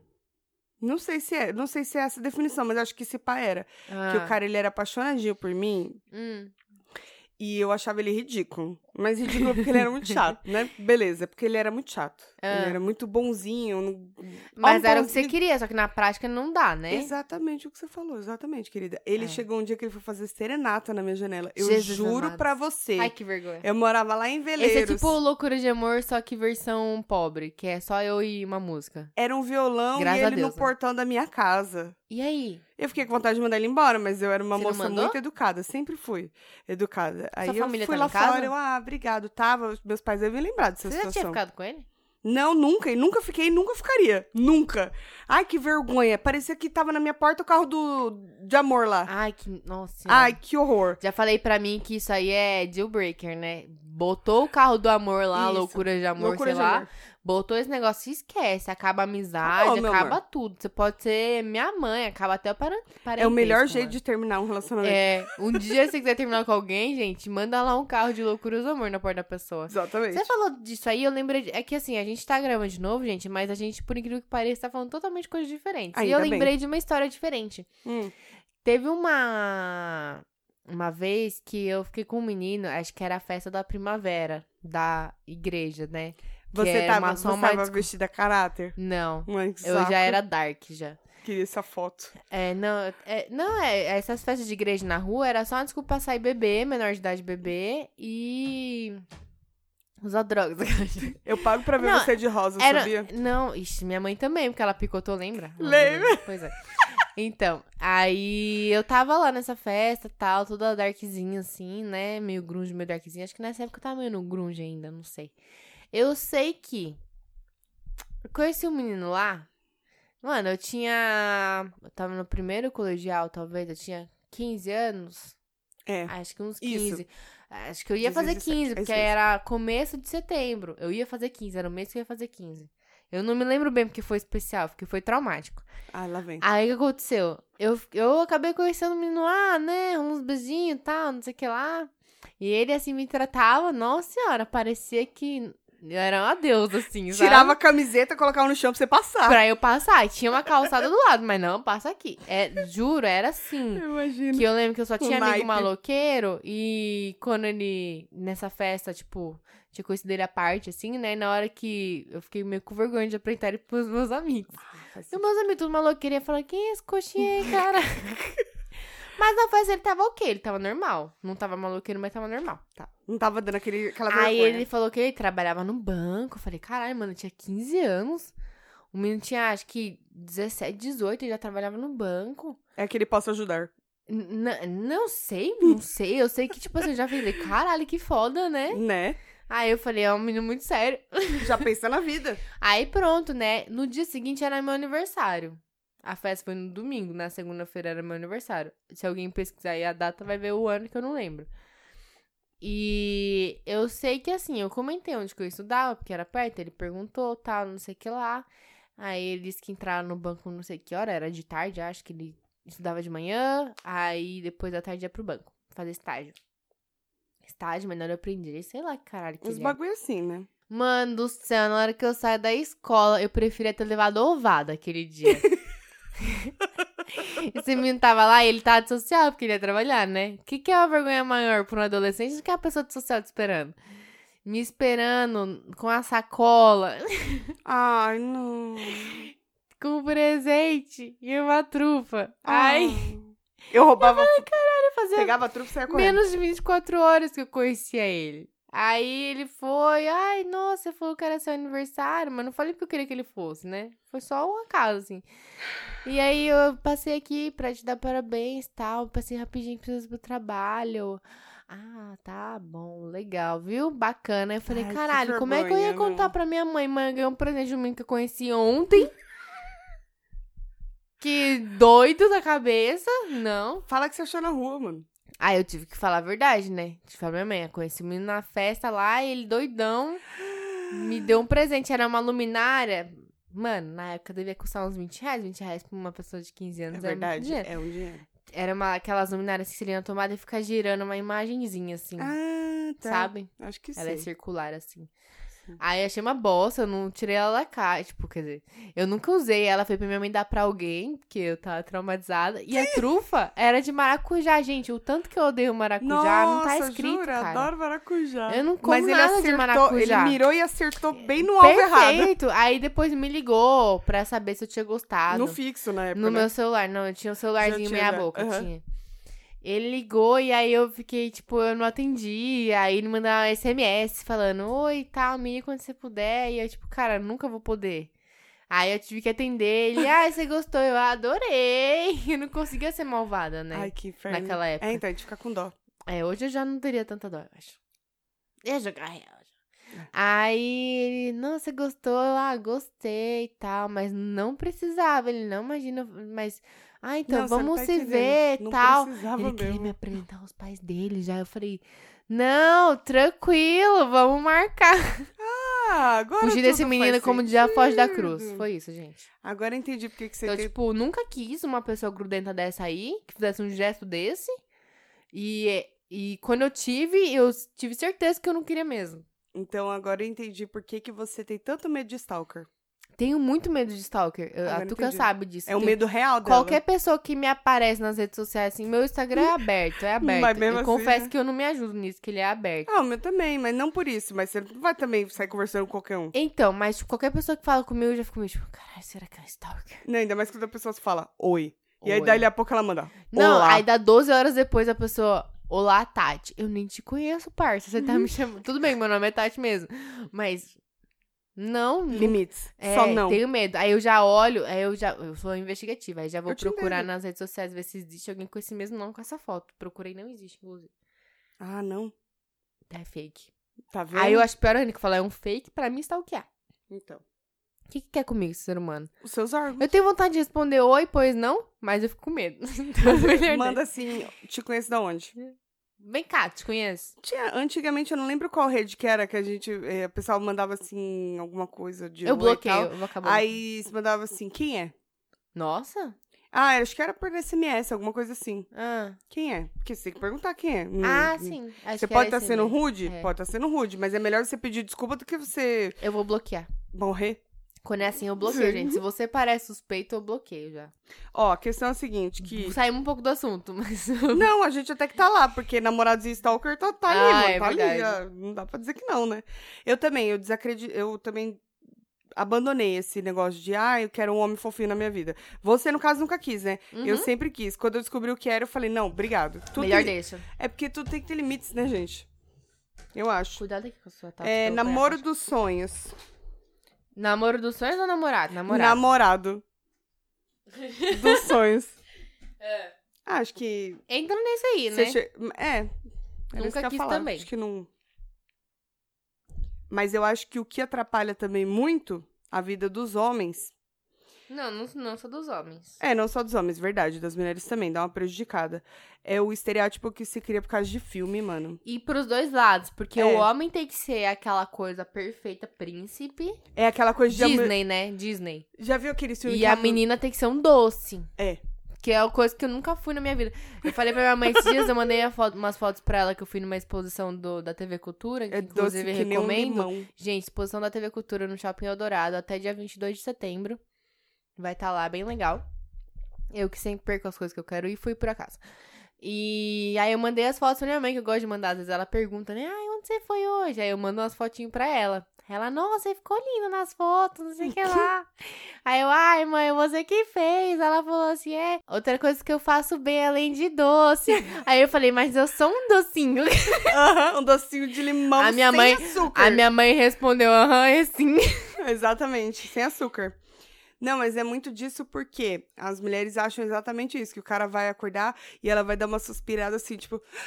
Speaker 2: Não sei se é, não sei se é essa a definição, mas acho que esse pá era. Que
Speaker 1: Ah,
Speaker 2: o cara ele era apaixonadinho por mim
Speaker 1: hum.
Speaker 2: e eu achava ele ridículo. Mas ridículo porque ele era muito chato,
Speaker 1: *laughs*
Speaker 2: né? Beleza, porque ele era muito chato.
Speaker 1: Ah.
Speaker 2: Ele era muito bonzinho. não-
Speaker 1: Mas
Speaker 2: Olha um
Speaker 1: era o que você
Speaker 2: pãozinho-
Speaker 1: queria, só que na prática não dá, né?
Speaker 2: Exatamente o que você falou, exatamente, querida. Ele
Speaker 1: É.
Speaker 2: chegou um dia que ele foi fazer serenata na minha janela. Eu
Speaker 1: Jesus
Speaker 2: juro
Speaker 1: amado.
Speaker 2: pra você.
Speaker 1: Ai, que vergonha.
Speaker 2: Eu morava lá em Veleiros.
Speaker 1: Esse é tipo Loucura de Amor, só que versão pobre, que é só eu e uma música.
Speaker 2: Era um violão
Speaker 1: Graças
Speaker 2: e
Speaker 1: a
Speaker 2: ele no
Speaker 1: Deus, né?
Speaker 2: portão da minha casa.
Speaker 1: E aí?
Speaker 2: Eu fiquei com vontade de mandar ele embora, mas eu era uma
Speaker 1: Você não
Speaker 2: moça
Speaker 1: mandou?
Speaker 2: muito educada, sempre fui educada. Aí eu
Speaker 1: família
Speaker 2: fui
Speaker 1: tava
Speaker 2: lá
Speaker 1: em casa?
Speaker 2: fora, eu, ah, obrigado, tava, meus pais devem lembrar dessa
Speaker 1: Você já
Speaker 2: situação.
Speaker 1: tinha ficado com ele?
Speaker 2: Não, nunca, e nunca fiquei, e nunca ficaria, nunca. Ai, que vergonha, parecia que tava na minha porta o carro do de amor lá.
Speaker 1: Ai, que. Nossa. senhora.
Speaker 2: Ai, que horror.
Speaker 1: Já falei pra mim que isso aí é deal breaker, né? Botou o carro do amor lá,
Speaker 2: Isso.
Speaker 1: loucura de amor,
Speaker 2: Loucura
Speaker 1: sei
Speaker 2: de
Speaker 1: lá.
Speaker 2: amor. É
Speaker 1: Botou esse negócio, esquece. Acaba a amizade,
Speaker 2: Acabou, meu
Speaker 1: acaba
Speaker 2: amor.
Speaker 1: tudo. Você pode ser minha mãe, acaba até o paran- parentesco.
Speaker 2: É o melhor
Speaker 1: mano.
Speaker 2: jeito de terminar um relacionamento.
Speaker 1: É, um dia se você quiser terminar com alguém, gente, manda lá um carro de loucura do amor na porta da pessoa.
Speaker 2: Exatamente.
Speaker 1: Você falou disso aí, eu lembrei. de- É que assim, a gente tá gravando de novo, gente, mas a gente, por incrível que pareça, tá falando totalmente coisas diferentes. e
Speaker 2: Ainda
Speaker 1: eu
Speaker 2: bem.
Speaker 1: lembrei de uma história diferente.
Speaker 2: Hum,
Speaker 1: Teve uma uma vez que eu fiquei com um menino, acho que era a festa da primavera da igreja, né?
Speaker 2: Você
Speaker 1: era
Speaker 2: tava,
Speaker 1: uma-
Speaker 2: você
Speaker 1: só uma
Speaker 2: tava
Speaker 1: discu-
Speaker 2: vestida a caráter?
Speaker 1: Não.
Speaker 2: Mãe, que
Speaker 1: Eu
Speaker 2: saco.
Speaker 1: já era dark já.
Speaker 2: Queria essa foto.
Speaker 1: É, não, é, não é, essas festas de igreja na rua era só uma desculpa pra sair beber, menor de idade beber e usar drogas. *laughs* né?
Speaker 2: Eu pago pra ver
Speaker 1: Não,
Speaker 2: você de rosa,
Speaker 1: Era-
Speaker 2: sabia?
Speaker 1: Não, ixi, minha mãe também, porque ela picotou, lembra?
Speaker 2: Lembra.
Speaker 1: Pois é. Então, aí eu tava lá nessa festa tal, toda darkzinha assim, né? Meio grunge, meio darkzinha. Acho que nessa época eu tava meio no grunge ainda, não sei. Eu sei que. eu Conheci um menino lá. Mano, eu tinha. Eu tava no primeiro colegial, talvez. Eu tinha 15 anos.
Speaker 2: É.
Speaker 1: Acho que uns
Speaker 2: Isso. é
Speaker 1: 15. Acho que eu ia fazer
Speaker 2: 17,
Speaker 1: 15, porque
Speaker 2: 16.
Speaker 1: era começo de setembro. Eu ia fazer 15, era o mês que eu ia fazer 15. Eu não me lembro bem porque foi especial, porque foi traumático.
Speaker 2: Ah, lá vem.
Speaker 1: Aí o que aconteceu? Eu, eu acabei conhecendo o menino lá, né? Uns beijinhos e tal, não sei o que lá. E ele assim me tratava, nossa senhora, parecia que. Eu era uma deusa, assim, sabe?
Speaker 2: Tirava a camiseta, colocava no chão pra você passar.
Speaker 1: Pra eu passar. E tinha uma calçada do lado, mas não, passa aqui. É, juro, era assim.
Speaker 2: Eu imagino.
Speaker 1: Que eu lembro que *laughs* eu só tinha amigo
Speaker 2: naipe.
Speaker 1: maloqueiro e quando ele, nessa festa, tipo, tinha conhecido ele à parte, assim, né? E na hora que eu fiquei meio com vergonha de apresentar ele pros meus amigos. E os meus amigos tudo maloqueiro iam falar, quem é esse coxinha aí, *laughs* cara? mas na festa ele tava ok, ele tava normal. Não tava maloqueiro, mas tava normal. Tá.
Speaker 2: Não tava dando aquele, aquela
Speaker 1: Aí
Speaker 2: vergonha.
Speaker 1: ele falou que ele trabalhava no banco. Eu falei, caralho, mano, eu tinha 15 anos. O menino tinha, acho que 17, 18, ele já trabalhava no banco.
Speaker 2: É que ele possa ajudar.
Speaker 1: N- n- não sei, não sei. Eu sei que, tipo assim, eu já falei, caralho, que foda, né?
Speaker 2: Né?
Speaker 1: Aí eu falei, é um menino muito sério.
Speaker 2: Já pensa
Speaker 1: *laughs*
Speaker 2: na vida.
Speaker 1: Aí pronto, né? No dia seguinte era meu aniversário. A festa foi no domingo, na segunda-feira era meu aniversário. Se alguém pesquisar aí a data, vai ver o ano que eu não lembro. E eu sei que assim, eu comentei onde que eu estudava, porque era perto, ele perguntou, tal, não sei o que lá. Aí ele disse que entraram no banco não sei que hora, era de tarde, acho que ele estudava de manhã, aí depois da tarde ia pro banco, fazer estágio. Estágio, menor aprendiz, sei lá que caralho que
Speaker 2: Uns
Speaker 1: ele era.
Speaker 2: bagulho assim, né?
Speaker 1: Mano do céu, na hora que eu saio da escola, eu preferia ter levado ovada aquele dia. Esse menino tava lá e ele tava de social porque ele ia trabalhar, né? O que, que é uma vergonha maior pra um adolescente do que a pessoa de social te esperando? Me esperando com a sacola, *laughs*
Speaker 2: Ai, não.
Speaker 1: com o presente e uma trufa.
Speaker 2: Ah,
Speaker 1: Ai,
Speaker 2: Eu roubava,
Speaker 1: eu fazia
Speaker 2: pegava truco e saia correndo.
Speaker 1: menos de 24 horas que eu conhecia ele. Aí ele foi, ai, nossa, você falou que era seu aniversário, mas não falei porque eu queria que ele fosse, né? Foi só um acaso, assim. E aí eu passei aqui pra te dar parabéns tal, passei rapidinho pra vocês pro trabalho. Ah, tá bom, legal, viu? Bacana. Eu falei,
Speaker 2: Ai, que
Speaker 1: caralho, como é que eu ia
Speaker 2: vergonha, meu.
Speaker 1: contar pra minha mãe? Mãe, eu ganhei um presente de um menino que eu conheci
Speaker 2: *laughs*
Speaker 1: ontem. que doido da cabeça. Não.
Speaker 2: Fala que você achou na rua, mano.
Speaker 1: Aí Ah, eu tive que falar a verdade, né? Tive que falar pra minha mãe. Eu conheci o menino na festa lá, ele doidão. Me deu um presente, era uma luminária. Mano, na época devia custar uns 20 reais. 20 reais pra uma pessoa de 15
Speaker 2: É
Speaker 1: anos. era muito
Speaker 2: verdade.
Speaker 1: dinheiro.
Speaker 2: É um dinheiro.
Speaker 1: Era uma, aquelas luminárias que se liam na tomada e fica girando uma imagenzinha, assim.
Speaker 2: Ah, tá.
Speaker 1: Sabe?
Speaker 2: Acho que
Speaker 1: Ela é
Speaker 2: sim.
Speaker 1: circular, assim.
Speaker 2: Sim.
Speaker 1: Aí eu achei uma bolsa, eu não tirei ela da caixa. Tipo, quer dizer, eu nunca usei ela. Foi pra minha mãe dar pra alguém, porque eu tava traumatizada. E
Speaker 2: *laughs*
Speaker 1: a trufa era de maracujá, gente. O tanto que eu odeio maracujá não tá
Speaker 2: Nossa,
Speaker 1: escrito,
Speaker 2: jura?
Speaker 1: cara.
Speaker 2: Adoro maracujá.
Speaker 1: Eu não como
Speaker 2: Mas ele
Speaker 1: nada de
Speaker 2: acertou, ele
Speaker 1: maracujá.
Speaker 2: mirou e acertou bem no alvo errado.
Speaker 1: Perfeito! Aí depois me ligou pra saber se eu tinha gostado.
Speaker 2: No fixo, na época.
Speaker 1: No
Speaker 2: né?
Speaker 1: meu celular, não, eu tinha um celularzinho
Speaker 2: Já tinha,
Speaker 1: meia
Speaker 2: já.
Speaker 1: boca,
Speaker 2: Aham.
Speaker 1: tinha. Ele ligou e aí eu fiquei, tipo, eu não atendi. Aí ele mandou um SMS falando, oi, tal, me liga quando você puder. E eu, tipo, cara, nunca vou poder. Aí eu tive que atender. Ele, ah, você gostou? Eu adorei. *laughs* Eu não conseguia ser malvada, né?
Speaker 2: Ai, que inferno.
Speaker 1: naquela época.
Speaker 2: É, então, a gente fica com dó.
Speaker 1: É, hoje eu já não teria tanta dó, eu acho. Ia jogar real. já. Aí ele, não, você gostou? Eu, ah, gostei e tal, mas não precisava. Ele não imagina, mas. Ah, então
Speaker 2: Não, você não
Speaker 1: vamos
Speaker 2: tá
Speaker 1: se
Speaker 2: entendendo.
Speaker 1: ver e
Speaker 2: Não
Speaker 1: tal.
Speaker 2: precisava
Speaker 1: Ele queria
Speaker 2: mesmo.
Speaker 1: me apresentar aos pais dele já. Eu falei, não, tranquilo, vamos marcar.
Speaker 2: Ah, agora
Speaker 1: Fugir desse
Speaker 2: tudo faz
Speaker 1: menino como já foge da cruz.
Speaker 2: sentido.
Speaker 1: Foi isso, gente.
Speaker 2: Agora eu entendi porque que você
Speaker 1: Então,
Speaker 2: tem...
Speaker 1: tipo, nunca quis uma pessoa grudenta dessa aí, que fizesse um gesto desse. E, e quando eu tive, eu tive certeza que eu não queria mesmo.
Speaker 2: Então agora eu entendi por que que você tem tanto medo de stalker.
Speaker 1: Tenho muito medo de stalker. Eu-
Speaker 2: Agora
Speaker 1: a Tuca
Speaker 2: Ah, entendi.
Speaker 1: sabe disso.
Speaker 2: É um
Speaker 1: que
Speaker 2: medo real dela.
Speaker 1: Qualquer pessoa que me aparece nas redes sociais, assim, meu Instagram é
Speaker 2: *laughs*
Speaker 1: aberto, é aberto.
Speaker 2: Mas mesmo
Speaker 1: eu
Speaker 2: assim,
Speaker 1: confesso
Speaker 2: né?
Speaker 1: que eu não me ajudo nisso, que ele é aberto.
Speaker 2: Ah, o meu também, mas não por isso. Mas você não vai também sair conversando com qualquer um.
Speaker 1: Então, mas tipo, qualquer pessoa que fala comigo, eu já fico meio tipo, caralho, será que é um stalker?
Speaker 2: Não, ainda mais quando a pessoa fala oi. E aí,
Speaker 1: Oi.
Speaker 2: daí a pouco ela manda
Speaker 1: Não,
Speaker 2: olá.
Speaker 1: aí dá 12 horas depois a pessoa. Olá, Tati. Eu nem te conheço, parça. Você
Speaker 2: Uhum.
Speaker 1: tá me chamando. Tudo bem, meu nome é Tati mesmo. Mas. Não, não-
Speaker 2: Uhum. Limites.
Speaker 1: é,
Speaker 2: Só não.
Speaker 1: tenho medo. Aí eu já olho, aí eu já. Eu sou investigativa, aí já vou
Speaker 2: Eu te
Speaker 1: procurar
Speaker 2: entendo.
Speaker 1: nas redes sociais ver se existe alguém com esse mesmo nome com essa foto. Procurei, não existe, inclusive.
Speaker 2: Ah, não.
Speaker 1: É fake.
Speaker 2: Tá vendo?
Speaker 1: Aí eu acho pior ainda que falar é um fake pra mim stalkear.
Speaker 2: Então.
Speaker 1: O é. que, que quer comigo, esse ser humano?
Speaker 2: Os seus órgãos.
Speaker 1: *laughs* Eu tenho vontade de responder oi, pois não, mas eu fico com medo. *laughs* Então, melhor
Speaker 2: Manda assim, te conheço da onde?
Speaker 1: não. Vem cá, te conheço.
Speaker 2: Tinha, antigamente, eu não lembro qual rede que era, que a gente, eh, o pessoal mandava assim, alguma coisa de
Speaker 1: Eu tá
Speaker 2: oi e tal.
Speaker 1: bloqueio, eu vou acabar.
Speaker 2: Aí se mandava assim, quem é?
Speaker 1: Nossa,
Speaker 2: Ah, acho que era por SMS, alguma coisa assim.
Speaker 1: Ah,
Speaker 2: Quem é? Porque você tem que perguntar quem é. Não-
Speaker 1: ah
Speaker 2: não-
Speaker 1: sim. Acho
Speaker 2: Você
Speaker 1: que era
Speaker 2: pode estar
Speaker 1: esse
Speaker 2: sendo
Speaker 1: mesmo.
Speaker 2: rude?
Speaker 1: É.
Speaker 2: Pode estar sendo rude, mas é melhor você pedir desculpa do que você
Speaker 1: Eu vou bloquear.
Speaker 2: morrer.
Speaker 1: Quando é assim, eu bloqueio,
Speaker 2: Sim.
Speaker 1: gente. Se você parece suspeito, eu bloqueio já.
Speaker 2: Ó, a questão é a seguinte, que...
Speaker 1: Saímos um pouco do assunto, mas. *laughs*
Speaker 2: Não, a gente até que tá lá, porque namorados e stalker tá, tá ali,
Speaker 1: Ah,
Speaker 2: mano.
Speaker 1: é
Speaker 2: tá ali.
Speaker 1: verdade.
Speaker 2: ah, Não dá pra dizer que não, né? Eu também, eu desacredito. Eu também abandonei esse negócio de, ah, eu quero um homem fofinho na minha vida. Você, no caso, nunca quis, né? Eu
Speaker 1: Uhum.
Speaker 2: sempre quis. Quando eu descobri o que era, eu falei, não, obrigado. Tudo
Speaker 1: Melhor
Speaker 2: tem-
Speaker 1: deixa.
Speaker 2: É porque tudo tem que ter limites, né, gente? Eu acho.
Speaker 1: Cuidado aqui com a sua tática. eu
Speaker 2: É,
Speaker 1: vou
Speaker 2: namoro
Speaker 1: apanhar.
Speaker 2: dos sonhos.
Speaker 1: Namoro dos sonhos ou namorado? Namorado. *laughs*
Speaker 2: Namorado. dos sonhos.
Speaker 1: É.
Speaker 2: Ah, acho que.
Speaker 1: Entra nesse aí,
Speaker 2: Você
Speaker 1: né?
Speaker 2: che- É. Era
Speaker 1: Nunca
Speaker 2: isso que eu ia
Speaker 1: quis
Speaker 2: falar.
Speaker 1: também.
Speaker 2: Acho que não. Mas eu acho que o que atrapalha também muito a vida dos homens.
Speaker 1: Não, não, não sou dos homens.
Speaker 2: É, não só dos homens, verdade, das mulheres também, dá uma prejudicada. É o estereótipo que se cria por causa de filme, mano.
Speaker 1: E pros dois lados, porque
Speaker 2: É.
Speaker 1: o homem tem que ser aquela coisa perfeita, príncipe.
Speaker 2: É aquela coisa de. a mu-
Speaker 1: Disney, né? Disney.
Speaker 2: Já viu aquele filme
Speaker 1: E
Speaker 2: que
Speaker 1: a menina tem que ser um doce.
Speaker 2: É.
Speaker 1: Que é uma coisa que eu nunca fui na minha vida. Eu falei pra minha mãe esses dias, eu mandei a foto- umas fotos pra ela que eu fui numa exposição do- da TV Cultura, que
Speaker 2: É doce
Speaker 1: inclusive
Speaker 2: que nem um
Speaker 1: recomendo.
Speaker 2: limão. *laughs*
Speaker 1: Gente, exposição da TV Cultura no Shopping Eldorado até dia 22 de setembro. Vai estar lá, bem legal. Eu que sempre perco as coisas que eu quero e fui por acaso. E aí eu mandei as fotos pra minha mãe, que eu gosto de mandar. Às vezes ela pergunta, né? Ai, onde você foi hoje? Aí eu mando umas fotinhas pra ela. Ela, nossa, você ficou linda nas fotos, não sei o que *laughs* lá. Aí eu, ai, mãe, você que fez. Ela falou assim, é. Outra coisa que eu faço bem além de doce. *laughs* aí eu falei, mas eu sou um docinho.
Speaker 2: Aham, um docinho de limão
Speaker 1: A minha
Speaker 2: sem
Speaker 1: mãe-
Speaker 2: açúcar.
Speaker 1: A minha mãe respondeu, aham, é sim.
Speaker 2: Exatamente, sem açúcar. Não, mas é muito disso porque as mulheres acham exatamente isso, que o cara vai acordar e ela vai dar uma suspirada assim, tipo... *sighs*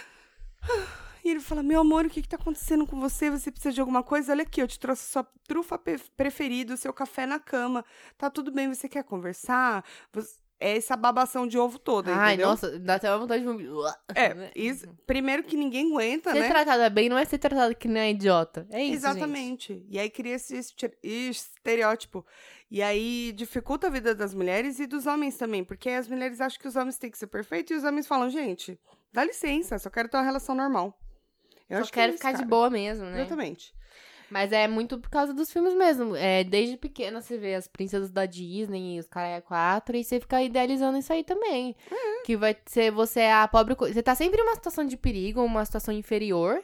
Speaker 2: E ele fala, meu amor, o que que tá acontecendo com você? Você precisa de alguma coisa? Olha aqui, eu te trouxe sua trufa pe- preferida, o seu café na cama. Tá tudo bem, você quer conversar? Você- É essa babação de ovo toda,
Speaker 1: Ai,
Speaker 2: entendeu?
Speaker 1: nossa, dá até uma vontade de vomitar. Uá.
Speaker 2: É, isso, primeiro que ninguém aguenta,
Speaker 1: Ser
Speaker 2: né?
Speaker 1: tratada bem não é ser tratada que nem uma idiota. É isso, gente.
Speaker 2: Exatamente. E aí cria esse estere- estereótipo. E aí dificulta a vida das mulheres e dos homens também, porque as mulheres acham que os homens têm que ser perfeitos e os homens falam, gente, dá licença, só quero ter uma relação normal. Eu
Speaker 1: Eu
Speaker 2: acho
Speaker 1: Só quero
Speaker 2: que é isso,
Speaker 1: ficar de
Speaker 2: cara.
Speaker 1: boa mesmo, né?
Speaker 2: Exatamente.
Speaker 1: Mas é muito por causa dos filmes mesmo. É, desde pequena você vê as princesas da Disney e os caras 4 e você fica idealizando isso aí também.
Speaker 2: Uhum.
Speaker 1: Que vai ser você é a pobre. co- Você tá sempre em uma situação de perigo, uma situação inferior.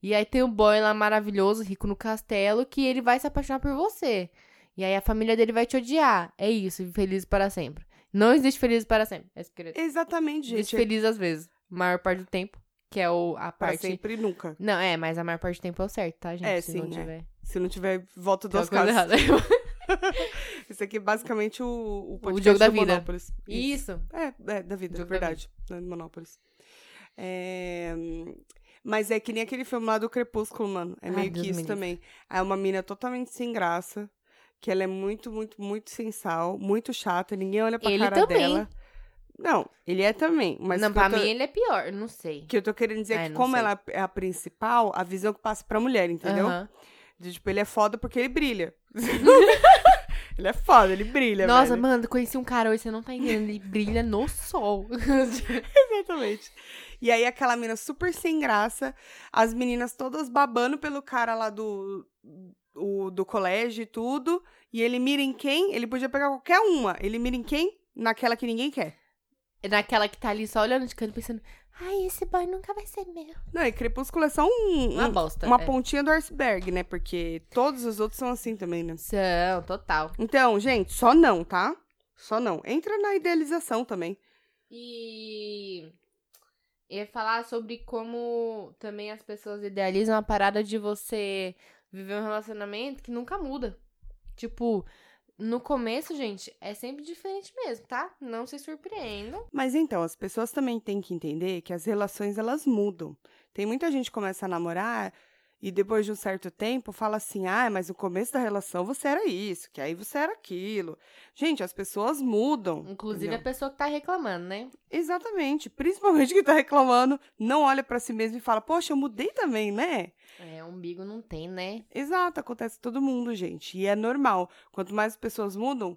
Speaker 1: E aí tem um boy lá maravilhoso, rico no castelo, que ele vai se apaixonar por você. E aí a família dele vai te odiar. É isso, felizes para sempre. Não existe felizes para sempre. É isso que eu queria dizer.
Speaker 2: Exatamente,
Speaker 1: Gente,
Speaker 2: gente.
Speaker 1: feliz às vezes. Maior parte do tempo. Que é o, a
Speaker 2: Pra
Speaker 1: parte.
Speaker 2: sempre e nunca.
Speaker 1: Não, é, mas a maior parte do tempo é o certo, tá, gente?
Speaker 2: É,
Speaker 1: Se
Speaker 2: sim,
Speaker 1: não
Speaker 2: é.
Speaker 1: tiver.
Speaker 2: Se não tiver, volta
Speaker 1: tem
Speaker 2: duas
Speaker 1: uma coisa
Speaker 2: casas.
Speaker 1: errada. *laughs*
Speaker 2: Isso aqui é basicamente o, o podcast
Speaker 1: jogo da
Speaker 2: do
Speaker 1: vida.
Speaker 2: Monópolis. Isso.
Speaker 1: Isso.
Speaker 2: É, é, da vida,
Speaker 1: Jogo da
Speaker 2: verdade. né, de Monópolis. É, hum, Mas é que nem aquele filme lá do Crepúsculo, mano. É
Speaker 1: Ai,
Speaker 2: meio
Speaker 1: Deus me
Speaker 2: que isso
Speaker 1: livre.
Speaker 2: também. É uma mina totalmente sem graça, que ela é muito, muito, muito sensal, muito chata, ninguém olha pra
Speaker 1: Ele
Speaker 2: cara
Speaker 1: também.
Speaker 2: dela. Não, ele é também. Mas
Speaker 1: não,
Speaker 2: o que eu
Speaker 1: pra
Speaker 2: tô-
Speaker 1: mim ele é pior, não sei.
Speaker 2: o que eu tô querendo dizer é
Speaker 1: Ai,
Speaker 2: que
Speaker 1: não
Speaker 2: como
Speaker 1: sei.
Speaker 2: ela é a principal, a visão que passa pra mulher, entendeu?
Speaker 1: Aham.
Speaker 2: De, tipo, ele é foda porque ele
Speaker 1: *laughs*
Speaker 2: brilha. *laughs* ele é foda, ele brilha,
Speaker 1: Nossa,
Speaker 2: velho.
Speaker 1: mano, conheci um cara hoje, você não tá entendendo. Ele brilha no sol. *laughs*
Speaker 2: Exatamente. E aí aquela mina super sem graça, as meninas todas babando pelo cara lá do o- do colégio e tudo, e ele mira em quem? Ele podia pegar qualquer uma. Ele mira em quem? Naquela que ninguém quer.
Speaker 1: É Naquela que tá ali só olhando de canto pensando, ai, esse boy nunca vai ser meu.
Speaker 2: Não, e Crepúsculo é só um,
Speaker 1: Uma
Speaker 2: um-
Speaker 1: bosta.
Speaker 2: uma
Speaker 1: é.
Speaker 2: pontinha do iceberg, né? Porque todos os outros são assim também, né?
Speaker 1: São, total.
Speaker 2: Então, gente, só não, tá? Só não. Entra na idealização também.
Speaker 1: E ia falar sobre como também as pessoas idealizam a parada de você viver um relacionamento que nunca muda. Tipo, no começo, gente, é sempre diferente mesmo, tá? Não se surpreendam.
Speaker 2: Mas então, as pessoas também têm que entender que as relações elas mudam. Tem muita gente que começa a namorar e depois de um certo tempo fala assim: ah, mas no começo da relação você era isso, que aí você era aquilo. Gente, as pessoas mudam.
Speaker 1: Inclusive a
Speaker 2: entendeu?
Speaker 1: pessoa que tá reclamando, né?
Speaker 2: Exatamente. Principalmente quem tá reclamando, não olha pra si mesmo e fala: poxa, eu mudei também, né?
Speaker 1: É, umbigo não tem, né?
Speaker 2: Exato, acontece com todo mundo, gente. E é normal. Quanto mais as pessoas mudam,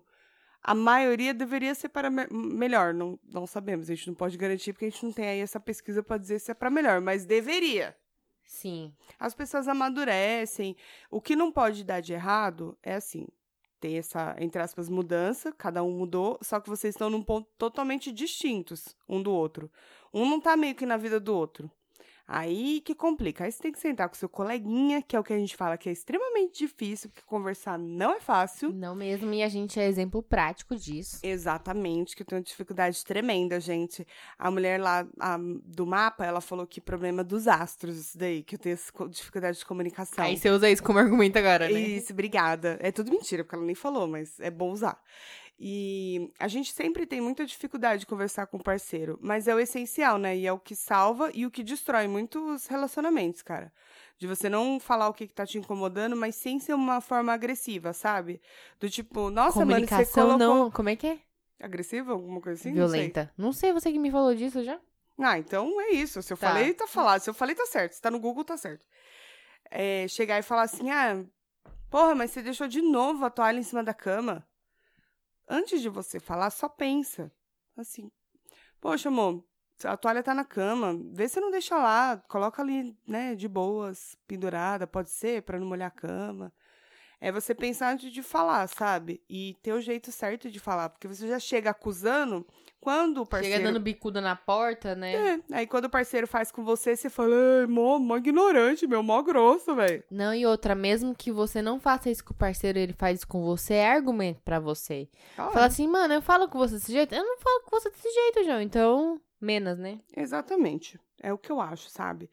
Speaker 2: A maioria deveria ser para me- melhor, não, não sabemos, a gente não pode garantir porque a gente não tem aí essa pesquisa para dizer se é para melhor, mas deveria.
Speaker 1: Sim.
Speaker 2: As pessoas amadurecem. O que não pode dar de errado é assim: tem essa, entre aspas, mudança, cada um mudou, só que vocês estão num ponto totalmente distintos um do outro. Um não tá meio que na vida do outro. Aí que complica. Aí você tem que sentar com seu coleguinha, que é o que a gente fala que é extremamente difícil, porque conversar não é fácil.
Speaker 1: Não mesmo, e a gente é exemplo prático disso.
Speaker 2: Exatamente, que eu tenho uma dificuldade tremenda, gente. A mulher lá a- do mapa, ela falou que problema dos astros, isso daí, que eu tenho essa co- dificuldade de comunicação.
Speaker 1: Então, Aí você usa isso como argumento agora, né?
Speaker 2: Isso, obrigada. É tudo mentira, porque ela nem falou, mas é bom usar. E a gente sempre tem muita dificuldade de conversar com o parceiro, mas é o essencial, né? E é o que salva e o que destrói muitos relacionamentos, cara. De você não falar o que, que tá te incomodando, mas sem ser uma forma agressiva, sabe? Do tipo, nossa, mano, você
Speaker 1: Comunicação
Speaker 2: colocou...
Speaker 1: não. Como é que é?
Speaker 2: Agressiva, alguma coisa assim? Não sei.
Speaker 1: Violenta. Não sei. você que me falou disso já.
Speaker 2: Ah, então é isso. Se eu
Speaker 1: Tá.
Speaker 2: falei, tá falado. Se eu falei, tá certo. Se tá no Google, tá certo. É, chegar e falar assim, ah, porra, mas você deixou de novo a toalha em cima da cama. Antes de você falar, só pensa. Assim, poxa, amor, a toalha tá na cama. Vê se não deixa lá. Coloca ali, né, de boas, pendurada, pode ser, pra não molhar a cama. É você pensar antes de falar, sabe? E ter o jeito certo de falar. Porque você já chega acusando quando o parceiro...
Speaker 1: Chega dando bicuda na porta, né?
Speaker 2: É, aí quando o parceiro faz com você, você fala, ai, mó, mó ignorante, meu, mó grosso, velho.
Speaker 1: Não, e outra, mesmo que você não faça isso com o parceiro, ele faz isso com você, é argumento pra você.
Speaker 2: Tá
Speaker 1: Fala assim, mano, eu falo com você desse jeito? Eu não falo com você desse jeito, João. Então, menos, né?
Speaker 2: Exatamente. É o que eu acho, sabe?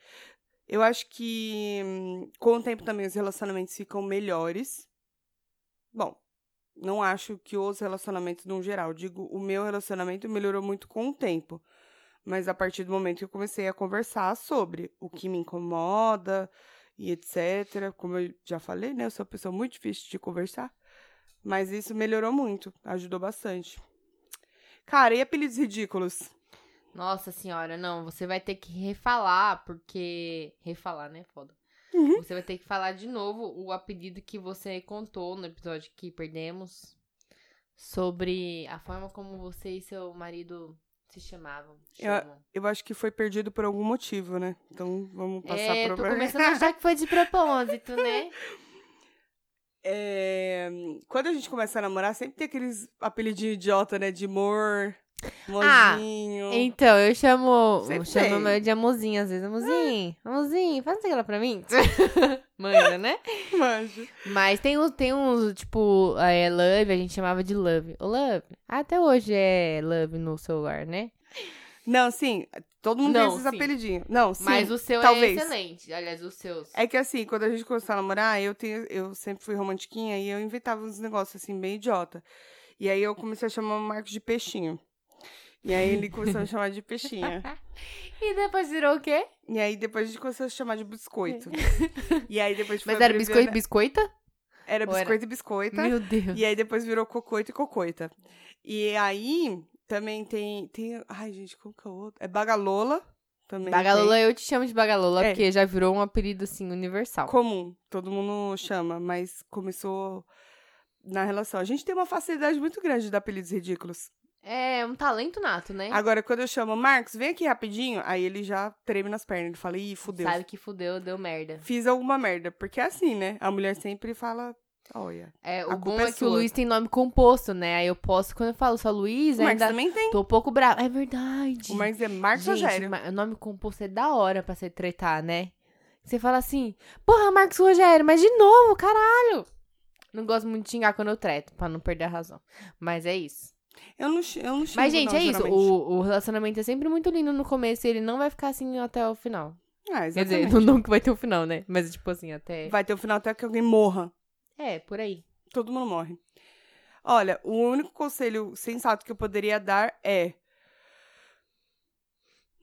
Speaker 2: Eu acho que hum, com o tempo também os relacionamentos ficam melhores. Bom, não acho que os relacionamentos no geral. Digo, o meu relacionamento melhorou muito com o tempo. Mas a partir do momento que eu comecei a conversar sobre o que me incomoda e etc. Como eu já falei, né? Eu sou uma pessoa muito difícil de conversar. Mas isso melhorou muito. Ajudou bastante. Cara, e apelidos ridículos?
Speaker 1: Nossa senhora, não, você vai ter que refalar, porque. Refalar, né? Foda.
Speaker 2: Uhum.
Speaker 1: Você vai ter que falar de novo o apelido que você contou no episódio que perdemos sobre a forma como você e seu marido se chamavam.
Speaker 2: Eu-
Speaker 1: chamam.
Speaker 2: Eu acho que foi perdido por algum motivo, né? Então vamos passar
Speaker 1: É,
Speaker 2: pro
Speaker 1: tô começando a achar que foi de propósito, né?
Speaker 2: *laughs* É, Quando a gente começa a namorar, sempre tem aqueles apelidinhos idiota, né? De amor,
Speaker 1: Ah,
Speaker 2: mozinho.
Speaker 1: Então, eu chamo.
Speaker 2: Você
Speaker 1: eu chamo
Speaker 2: tem.
Speaker 1: meu de amorzinho, às vezes. Amorzinho, amorzinho, faz aquela pra mim. *laughs* Manda, né?
Speaker 2: manjo.
Speaker 1: Mas tem uns, tem uns tipo, é, love, a gente chamava de love. Ô, love, até hoje é love no celular, né?
Speaker 2: Não, sim, todo mundo
Speaker 1: Não,
Speaker 2: tem esses
Speaker 1: sim.
Speaker 2: apelidinhos. Não, sim.
Speaker 1: Mas o seu
Speaker 2: talvez.
Speaker 1: é excelente. Aliás, os seus.
Speaker 2: É que assim, quando a gente começou a namorar, eu, tenho, eu sempre fui romantiquinha e eu inventava uns negócios assim, bem idiota. E aí eu comecei a chamar o Marcos de peixinho. E aí ele começou a me chamar
Speaker 1: *laughs*
Speaker 2: de peixinha.
Speaker 1: E depois virou o quê?
Speaker 2: E aí depois a gente começou a chamar
Speaker 1: *laughs*
Speaker 2: de biscoito. E aí depois foi
Speaker 1: Mas era
Speaker 2: abreviando-
Speaker 1: biscoito e biscoita?
Speaker 2: Era
Speaker 1: Ou era-
Speaker 2: biscoito e biscoita.
Speaker 1: Meu Deus.
Speaker 2: E aí depois virou cocoito e cocoita. E aí também tem. tem ai, gente, como que é o outro? É Bagalola também.
Speaker 1: Bagalola, é
Speaker 2: tem.
Speaker 1: eu te chamo de Bagalola,
Speaker 2: É.
Speaker 1: porque já virou um apelido, assim, universal.
Speaker 2: Comum, todo mundo chama, mas começou na relação. A gente tem uma facilidade muito grande de dar apelidos ridículos.
Speaker 1: É um talento nato, né?
Speaker 2: Agora, quando eu chamo Marcos, vem aqui rapidinho, aí ele já treme nas pernas. Ele fala, ih, fudeu.
Speaker 1: Sabe que é. fudeu, deu merda.
Speaker 2: Fiz alguma merda. Porque é assim, né? A mulher sempre fala, olha.
Speaker 1: É,
Speaker 2: A
Speaker 1: o bom
Speaker 2: culpa
Speaker 1: é
Speaker 2: é
Speaker 1: que o
Speaker 2: sua.
Speaker 1: Luiz tem nome composto, né? Aí eu posso, quando eu falo só Luiz,
Speaker 2: O Marcos
Speaker 1: ainda
Speaker 2: também tem.
Speaker 1: tô um pouco bravo. É verdade.
Speaker 2: O Marcos é Marcos Rogério.
Speaker 1: ma- o nome composto é da hora pra você tretar, né? Você fala assim, porra, Marcos Rogério, mas de novo, caralho! Não gosto muito de xingar quando eu treto, pra não perder a razão. Mas é isso.
Speaker 2: Eu não, chi- eu não xingo,
Speaker 1: Mas, gente,
Speaker 2: não,
Speaker 1: é isso.
Speaker 2: geralmente.
Speaker 1: O, o relacionamento é sempre muito lindo no começo e ele não vai ficar assim até o final.
Speaker 2: Ah,
Speaker 1: Quer
Speaker 2: exatamente.
Speaker 1: dizer, *laughs* não, não que vai ter o final, né? Mas, tipo assim, até.
Speaker 2: *laughs* Vai ter o final até que alguém morra.
Speaker 1: É, por aí.
Speaker 2: Todo mundo morre. Olha, o único conselho sensato que eu poderia dar é.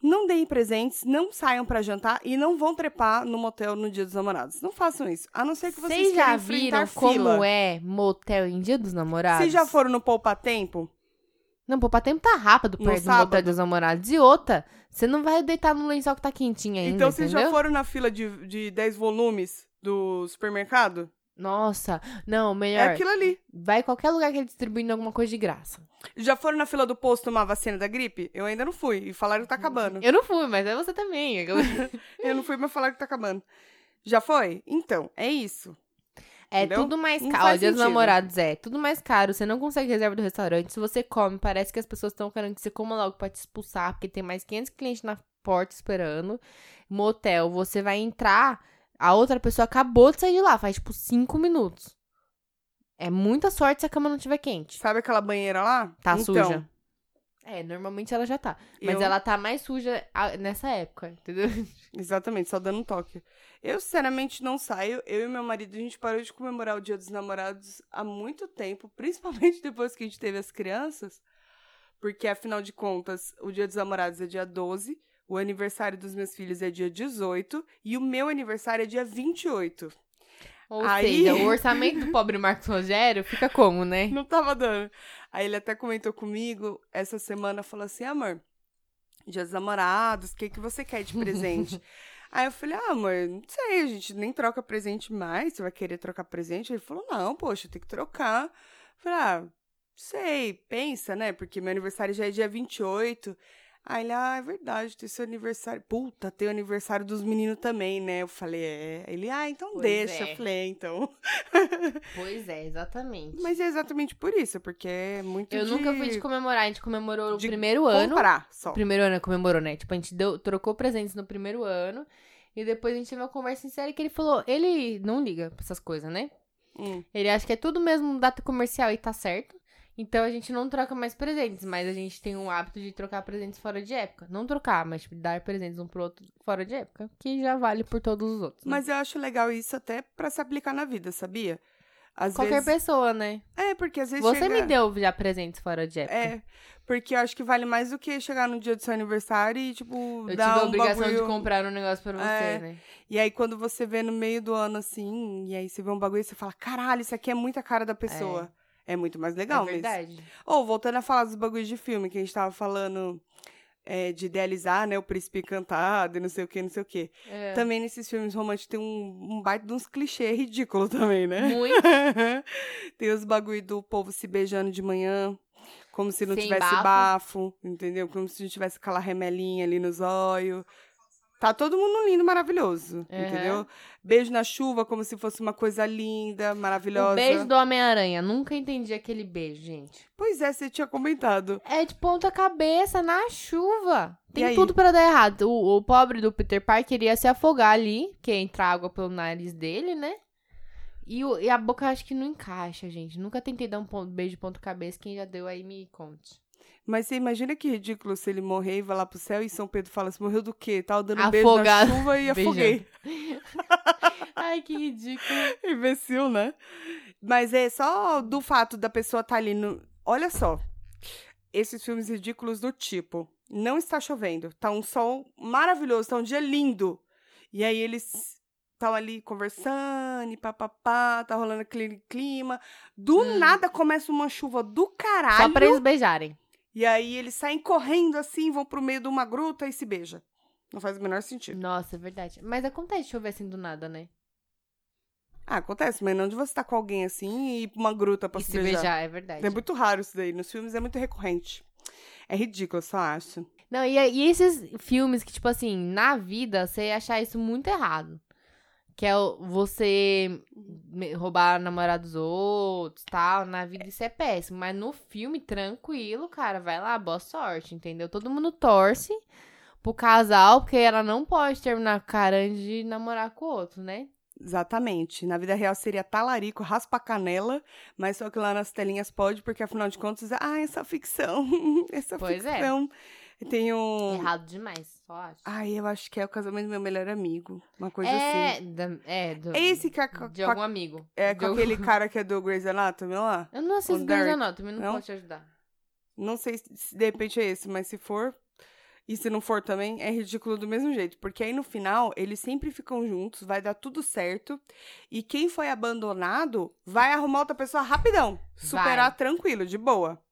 Speaker 2: Não deem presentes, não saiam pra jantar e não vão trepar no motel no dia dos namorados. Não façam isso. A não ser que vocês,
Speaker 1: Vocês já
Speaker 2: queiram enfrentar
Speaker 1: viram como
Speaker 2: fila.
Speaker 1: é motel em dia dos namorados?
Speaker 2: Vocês já foram no Poupa Tempo?
Speaker 1: Não, pô, pra tempo tá rápido
Speaker 2: No
Speaker 1: perto do
Speaker 2: sábado.
Speaker 1: motel dos namorados. E outra, você não vai deitar no lençol que tá quentinho ainda,
Speaker 2: então vocês
Speaker 1: entendeu?
Speaker 2: já foram na fila de, de 10 volumes do supermercado?
Speaker 1: Nossa, não,
Speaker 2: É
Speaker 1: melhor.
Speaker 2: aquilo ali.
Speaker 1: Vai qualquer lugar que ele distribuindo alguma coisa de graça.
Speaker 2: Já foram na fila do posto tomar vacina da gripe? Eu ainda não fui. E falaram que
Speaker 1: Uhum.
Speaker 2: tá acabando.
Speaker 1: Eu não fui, mas é você também.
Speaker 2: Eu não fui, mas falaram que tá acabando. Já foi? Então, é isso.
Speaker 1: É
Speaker 2: Entendeu?
Speaker 1: tudo mais
Speaker 2: Não
Speaker 1: caro. Ó,
Speaker 2: faz
Speaker 1: dia dos
Speaker 2: sentido.
Speaker 1: namorados é tudo mais caro. Você não consegue reserva do restaurante. Se você come, parece que as pessoas estão querendo que você coma logo pra te expulsar, porque tem mais 500 clientes na porta esperando. Motel, você vai entrar, a outra pessoa acabou de sair de lá, faz tipo 5 minutos. É muita sorte se a cama não estiver quente.
Speaker 2: Sabe aquela banheira lá?
Speaker 1: Tá
Speaker 2: então,
Speaker 1: suja. É, normalmente ela já tá. Mas
Speaker 2: eu-
Speaker 1: ela tá mais suja ah, nessa época, entendeu? *laughs*
Speaker 2: Exatamente, só dando um toque. Eu, sinceramente, não saio. Eu e meu marido, a gente parou de comemorar o Dia dos Namorados há muito tempo, principalmente *laughs* depois que a gente teve as crianças, porque, afinal de contas, o Dia dos Namorados é dia 12, o aniversário dos meus filhos é dia 18 e o meu aniversário é dia 28.
Speaker 1: Ou
Speaker 2: Aí-
Speaker 1: seja, o orçamento do pobre Marcos Rogério fica como, né?
Speaker 2: Não tava dando. Aí ele até comentou comigo essa semana, falou assim, amor, dia dos namorados, o que, que você quer
Speaker 1: *laughs*
Speaker 2: de presente? Aí eu falei, ah, amor, não sei, a gente nem troca presente mais, você vai querer trocar presente? Ele falou, não, poxa, tem que trocar. Eu falei, ah, sei, pensa, né, porque meu aniversário já é dia 28. Aí ele, ah, é verdade, tem seu aniversário. Puta, tem o aniversário dos meninos também, né? Eu falei, é. Ele, ah, então
Speaker 1: Pois
Speaker 2: deixa.
Speaker 1: é.
Speaker 2: Eu falei, é, então.
Speaker 1: Pois é, exatamente.
Speaker 2: Mas é exatamente por isso, porque é muito
Speaker 1: Eu
Speaker 2: de...
Speaker 1: nunca fui de comemorar, a gente comemorou
Speaker 2: de
Speaker 1: o primeiro ano.
Speaker 2: comprar só.
Speaker 1: O primeiro ano comemorou, né? Tipo, a gente deu, trocou presentes no primeiro ano. E depois a gente teve uma conversa sincera que ele falou, ele não liga pra essas coisas, né?
Speaker 2: Hum.
Speaker 1: Ele acha que é tudo mesmo data comercial e tá certo. Então a gente não troca mais presentes, mas a gente tem o hábito de trocar presentes fora de época. Não trocar, mas tipo, dar presentes um pro outro fora de época, que já vale por todos os outros. né?
Speaker 2: Mas eu acho legal isso até pra se aplicar na vida, sabia? Às
Speaker 1: qualquer
Speaker 2: vezes...
Speaker 1: pessoa, né?
Speaker 2: É, porque às vezes
Speaker 1: Você
Speaker 2: chega-
Speaker 1: me deu já presentes fora de época.
Speaker 2: É, porque eu acho que vale mais do que chegar no dia do seu aniversário e, tipo,
Speaker 1: Eu tive
Speaker 2: dar
Speaker 1: a
Speaker 2: um
Speaker 1: obrigação
Speaker 2: bagulho...
Speaker 1: de comprar um negócio pra você,
Speaker 2: É.
Speaker 1: né?
Speaker 2: E aí, quando você vê no meio do ano, assim, e aí você vê um bagulho e você fala, caralho, isso aqui é muita cara da pessoa. É, muito mais legal
Speaker 1: é
Speaker 2: mesmo.
Speaker 1: verdade.
Speaker 2: Ou, voltando a falar dos bagulhos de filme, que a gente tava falando é, de idealizar, né, o príncipe encantado e não sei o que, não sei o que.
Speaker 1: É.
Speaker 2: Também nesses filmes românticos tem um, um baita de uns clichês ridículos também, né? *laughs*
Speaker 1: Muito
Speaker 2: tem os bagulho do povo se beijando de manhã, como se não
Speaker 1: Sem
Speaker 2: tivesse
Speaker 1: bafo.
Speaker 2: bafo. entendeu? Como se não tivesse aquela remelinha ali nos olhos. Tá todo mundo lindo, maravilhoso,
Speaker 1: Uhum.
Speaker 2: entendeu? Beijo na chuva como se fosse uma coisa linda, maravilhosa.
Speaker 1: O Um beijo do Homem-Aranha. Nunca entendi aquele beijo, gente.
Speaker 2: Pois é, você tinha comentado.
Speaker 1: É de ponta cabeça, na chuva.
Speaker 2: E
Speaker 1: Tem
Speaker 2: aí?
Speaker 1: tudo pra dar errado. O, o pobre do Peter Parker ia se afogar ali, que entra água pelo nariz dele, né? E, o- e a boca acho que não encaixa, gente. Nunca tentei dar um pon- beijo de ponta cabeça. Quem já deu aí me conte.
Speaker 2: Mas você imagina que ridículo se ele morrer e vai lá pro céu e São Pedro fala assim, morreu do quê? Tava dando um beijo na
Speaker 1: Afogado.
Speaker 2: chuva e
Speaker 1: *laughs* Beijando.
Speaker 2: afoguei.
Speaker 1: Ai, que ridículo.
Speaker 2: *laughs* Imbecil, né? Mas é só do fato da pessoa estar ali no. Olha só. Esses filmes ridículos do tipo. Não está chovendo. Tá um sol maravilhoso, tá um dia lindo. E aí eles estão ali conversando, e papapá, tá rolando aquele clima. Do
Speaker 1: Hum.
Speaker 2: nada começa uma chuva do
Speaker 1: Só
Speaker 2: caralho.
Speaker 1: pra eles beijarem.
Speaker 2: E aí eles saem correndo assim, vão pro meio de uma gruta e se beija. Não faz o menor sentido.
Speaker 1: Nossa, é verdade. Mas acontece de chover assim do nada, né?
Speaker 2: Ah, acontece, mas não de você estar com alguém assim e ir pra uma gruta pra
Speaker 1: e
Speaker 2: se
Speaker 1: se
Speaker 2: beijar.
Speaker 1: beijar, é verdade.
Speaker 2: É muito raro isso daí. Nos filmes é muito recorrente. É ridículo, eu só acho.
Speaker 1: Não, e, e esses filmes que, tipo assim, na vida, você ia achar isso muito errado. Que é o- você me- roubar o namorado dos outros, tal. Na vida isso é péssimo. Mas no filme, tranquilo, cara, vai lá, boa sorte, entendeu? Todo mundo torce pro casal, porque ela não pode terminar com a de namorar com o outro, né?
Speaker 2: Exatamente. Na vida real seria talarico, raspa a canela, mas só que lá nas telinhas pode, porque afinal de contas, ah, essa ficção. *laughs* essa
Speaker 1: Pois é.
Speaker 2: ficção. Tem um.
Speaker 1: Errado demais, só acho.
Speaker 2: Ai, eu acho que é o casamento do meu melhor amigo. Uma coisa
Speaker 1: é,
Speaker 2: assim.
Speaker 1: da- é, do,
Speaker 2: Esse que é, co-
Speaker 1: de
Speaker 2: co-
Speaker 1: algum amigo.
Speaker 2: é
Speaker 1: De
Speaker 2: com
Speaker 1: algum-
Speaker 2: aquele cara que é do Grey's Anatomy lá.
Speaker 1: Eu não assisto
Speaker 2: o
Speaker 1: Grey's
Speaker 2: Derek,
Speaker 1: Anatomy, não,
Speaker 2: não?
Speaker 1: posso te ajudar.
Speaker 2: Não sei se- se de repente é esse, mas se for. E se não for também, é ridículo do mesmo jeito. Porque aí no final, eles sempre ficam juntos, vai dar tudo certo. E quem foi abandonado vai arrumar outra pessoa rapidão. Superar
Speaker 1: Vai.
Speaker 2: tranquilo, de boa.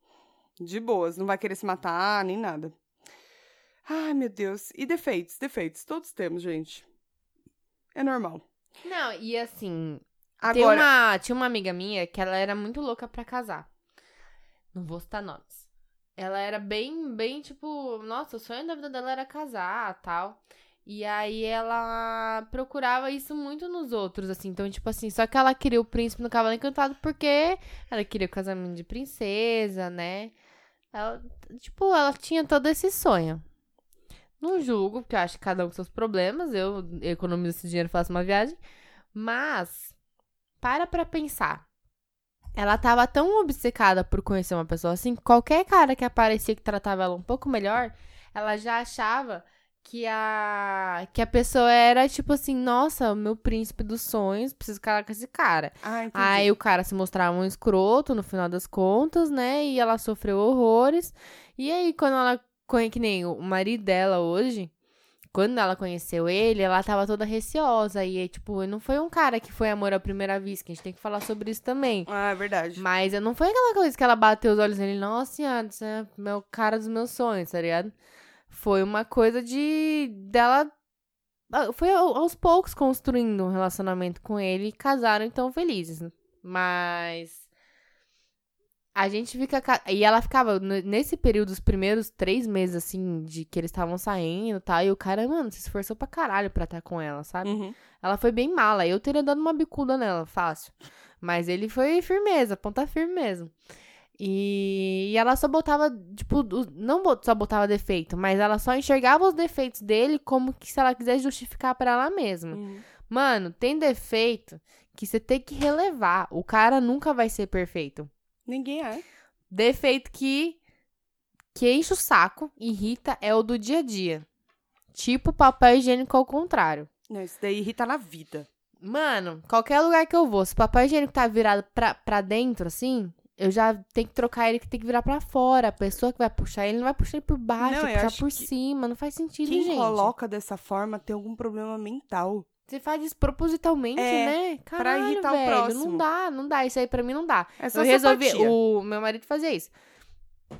Speaker 2: De boas. Não vai querer se matar, nem nada. Ai, meu Deus. E defeitos, defeitos. Todos temos, gente. É normal.
Speaker 1: Não, e assim, Tem
Speaker 2: Agora,
Speaker 1: uma, tinha uma amiga minha que ela era muito louca pra casar. Não vou citar nomes. Ela era bem, bem tipo, nossa, o sonho da vida dela era casar tal. E aí ela procurava isso muito nos outros, assim. Então, tipo assim, só que ela queria o príncipe no cavalo encantado porque ela queria o casamento de princesa, né? Ela, tipo, ela tinha todo esse sonho. Não julgo, porque eu acho que cada um com seus problemas. Eu economizo esse dinheiro e faço uma viagem. Mas, para pra pensar. Ela tava tão obcecada por conhecer uma pessoa assim, que qualquer cara que aparecia que tratava ela um pouco melhor, ela já achava que a que a pessoa era tipo assim, nossa, o meu príncipe dos sonhos, preciso casar com esse cara.
Speaker 2: Ah, entendi.
Speaker 1: Aí o cara se mostrava um escroto no final das contas, né? E ela sofreu horrores. E aí, quando ela. conhe- Que nem o marido dela hoje. Quando ela conheceu ele, ela tava toda receosa. E, aí, tipo, não foi um cara que foi amor à primeira vista, que a gente tem que falar sobre isso também.
Speaker 2: Ah, é verdade.
Speaker 1: Mas eu- não foi aquela coisa que ela bateu os olhos nele, nossa senhora, isso é o meu cara dos meus sonhos, tá ligado? Foi uma coisa de. dela. ah, Foi ao- aos poucos construindo um relacionamento com ele e casaram então felizes. né? Mas. A gente fica. ca- E ela ficava, n- nesse período, os primeiros três meses, assim, de que eles estavam saindo e tal. E o cara, mano, se esforçou pra caralho pra estar com ela, sabe?
Speaker 2: Uhum.
Speaker 1: Ela foi bem mala. Eu teria dado uma bicuda nela, fácil. Mas ele foi firmeza, ponta firme mesmo. E, e ela só botava, tipo, os- não bot- só botava defeito, mas ela só enxergava os defeitos dele como que se ela quisesse justificar pra ela mesma.
Speaker 2: Uhum.
Speaker 1: Mano, tem defeito que você tem que relevar. O cara nunca vai ser perfeito
Speaker 2: Ninguém é.
Speaker 1: defeito que que enche o saco, irrita, é o do dia a dia. Tipo papel higiênico ao contrário.
Speaker 2: Não, isso daí irrita na vida.
Speaker 1: Mano, qualquer lugar que eu vou, se o papel higiênico tá virado pra, pra dentro, assim, eu já tenho que trocar ele que tem que virar pra fora. A pessoa que vai puxar ele não vai puxar ele por baixo,
Speaker 2: Não,
Speaker 1: vai
Speaker 2: eu
Speaker 1: puxar
Speaker 2: acho
Speaker 1: por
Speaker 2: que
Speaker 1: cima. Não faz sentido,
Speaker 2: Quem
Speaker 1: gente.
Speaker 2: coloca dessa forma tem algum problema mental.
Speaker 1: Você faz isso propositalmente,
Speaker 2: É,
Speaker 1: né? Caralho,
Speaker 2: irritar o
Speaker 1: velho, Não
Speaker 2: próximo.
Speaker 1: dá, não dá. Isso aí pra mim não dá.
Speaker 2: É só
Speaker 1: Eu resolvi.
Speaker 2: simpatia.
Speaker 1: O meu marido fazia isso.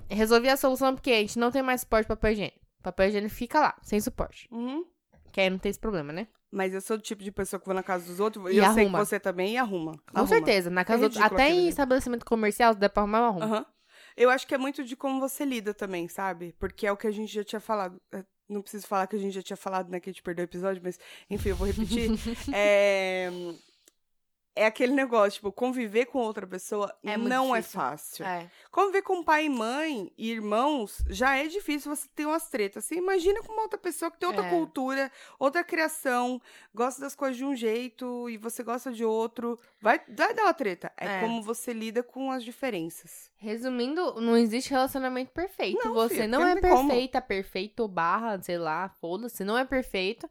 Speaker 1: Resolvi a solução porque a gente não tem mais suporte pra papel higiênico. Papel higiênico fica lá, sem suporte.
Speaker 2: Uhum.
Speaker 1: Que aí não tem esse problema, né?
Speaker 2: Mas eu sou do tipo de pessoa que vou na casa dos outros.
Speaker 1: E
Speaker 2: eu sei que
Speaker 1: arruma.
Speaker 2: você também e arruma.
Speaker 1: Com
Speaker 2: Arruma.
Speaker 1: certeza. Na casa do-
Speaker 2: ridículo
Speaker 1: Até
Speaker 2: aquilo
Speaker 1: em
Speaker 2: ali.
Speaker 1: estabelecimento comercial, se der pra arrumar, eu arrumo.
Speaker 2: Aham. Eu acho que é muito de como você lida também, sabe? Porque é o que a gente já tinha falado. É, Não preciso falar que a gente já tinha falado, né? Que a gente perdeu o episódio, mas enfim, eu vou
Speaker 1: *laughs*
Speaker 2: repetir. é... é aquele negócio, tipo, conviver com outra pessoa
Speaker 1: É muito
Speaker 2: não é
Speaker 1: difícil.
Speaker 2: fácil.
Speaker 1: É.
Speaker 2: Conviver com pai e mãe e irmãos já é difícil você ter umas tretas. Você imagina com uma outra pessoa que tem outra
Speaker 1: É.
Speaker 2: cultura, outra criação, gosta das coisas de um jeito e você gosta de outro. Vai, vai dar uma treta.
Speaker 1: É.
Speaker 2: é como você lida com as diferenças.
Speaker 1: Resumindo, não existe relacionamento perfeito.
Speaker 2: Não,
Speaker 1: Você
Speaker 2: filha,
Speaker 1: não
Speaker 2: porque
Speaker 1: é
Speaker 2: não tem como.
Speaker 1: perfeita, perfeito, barra, sei lá, foda-se, não é perfeito.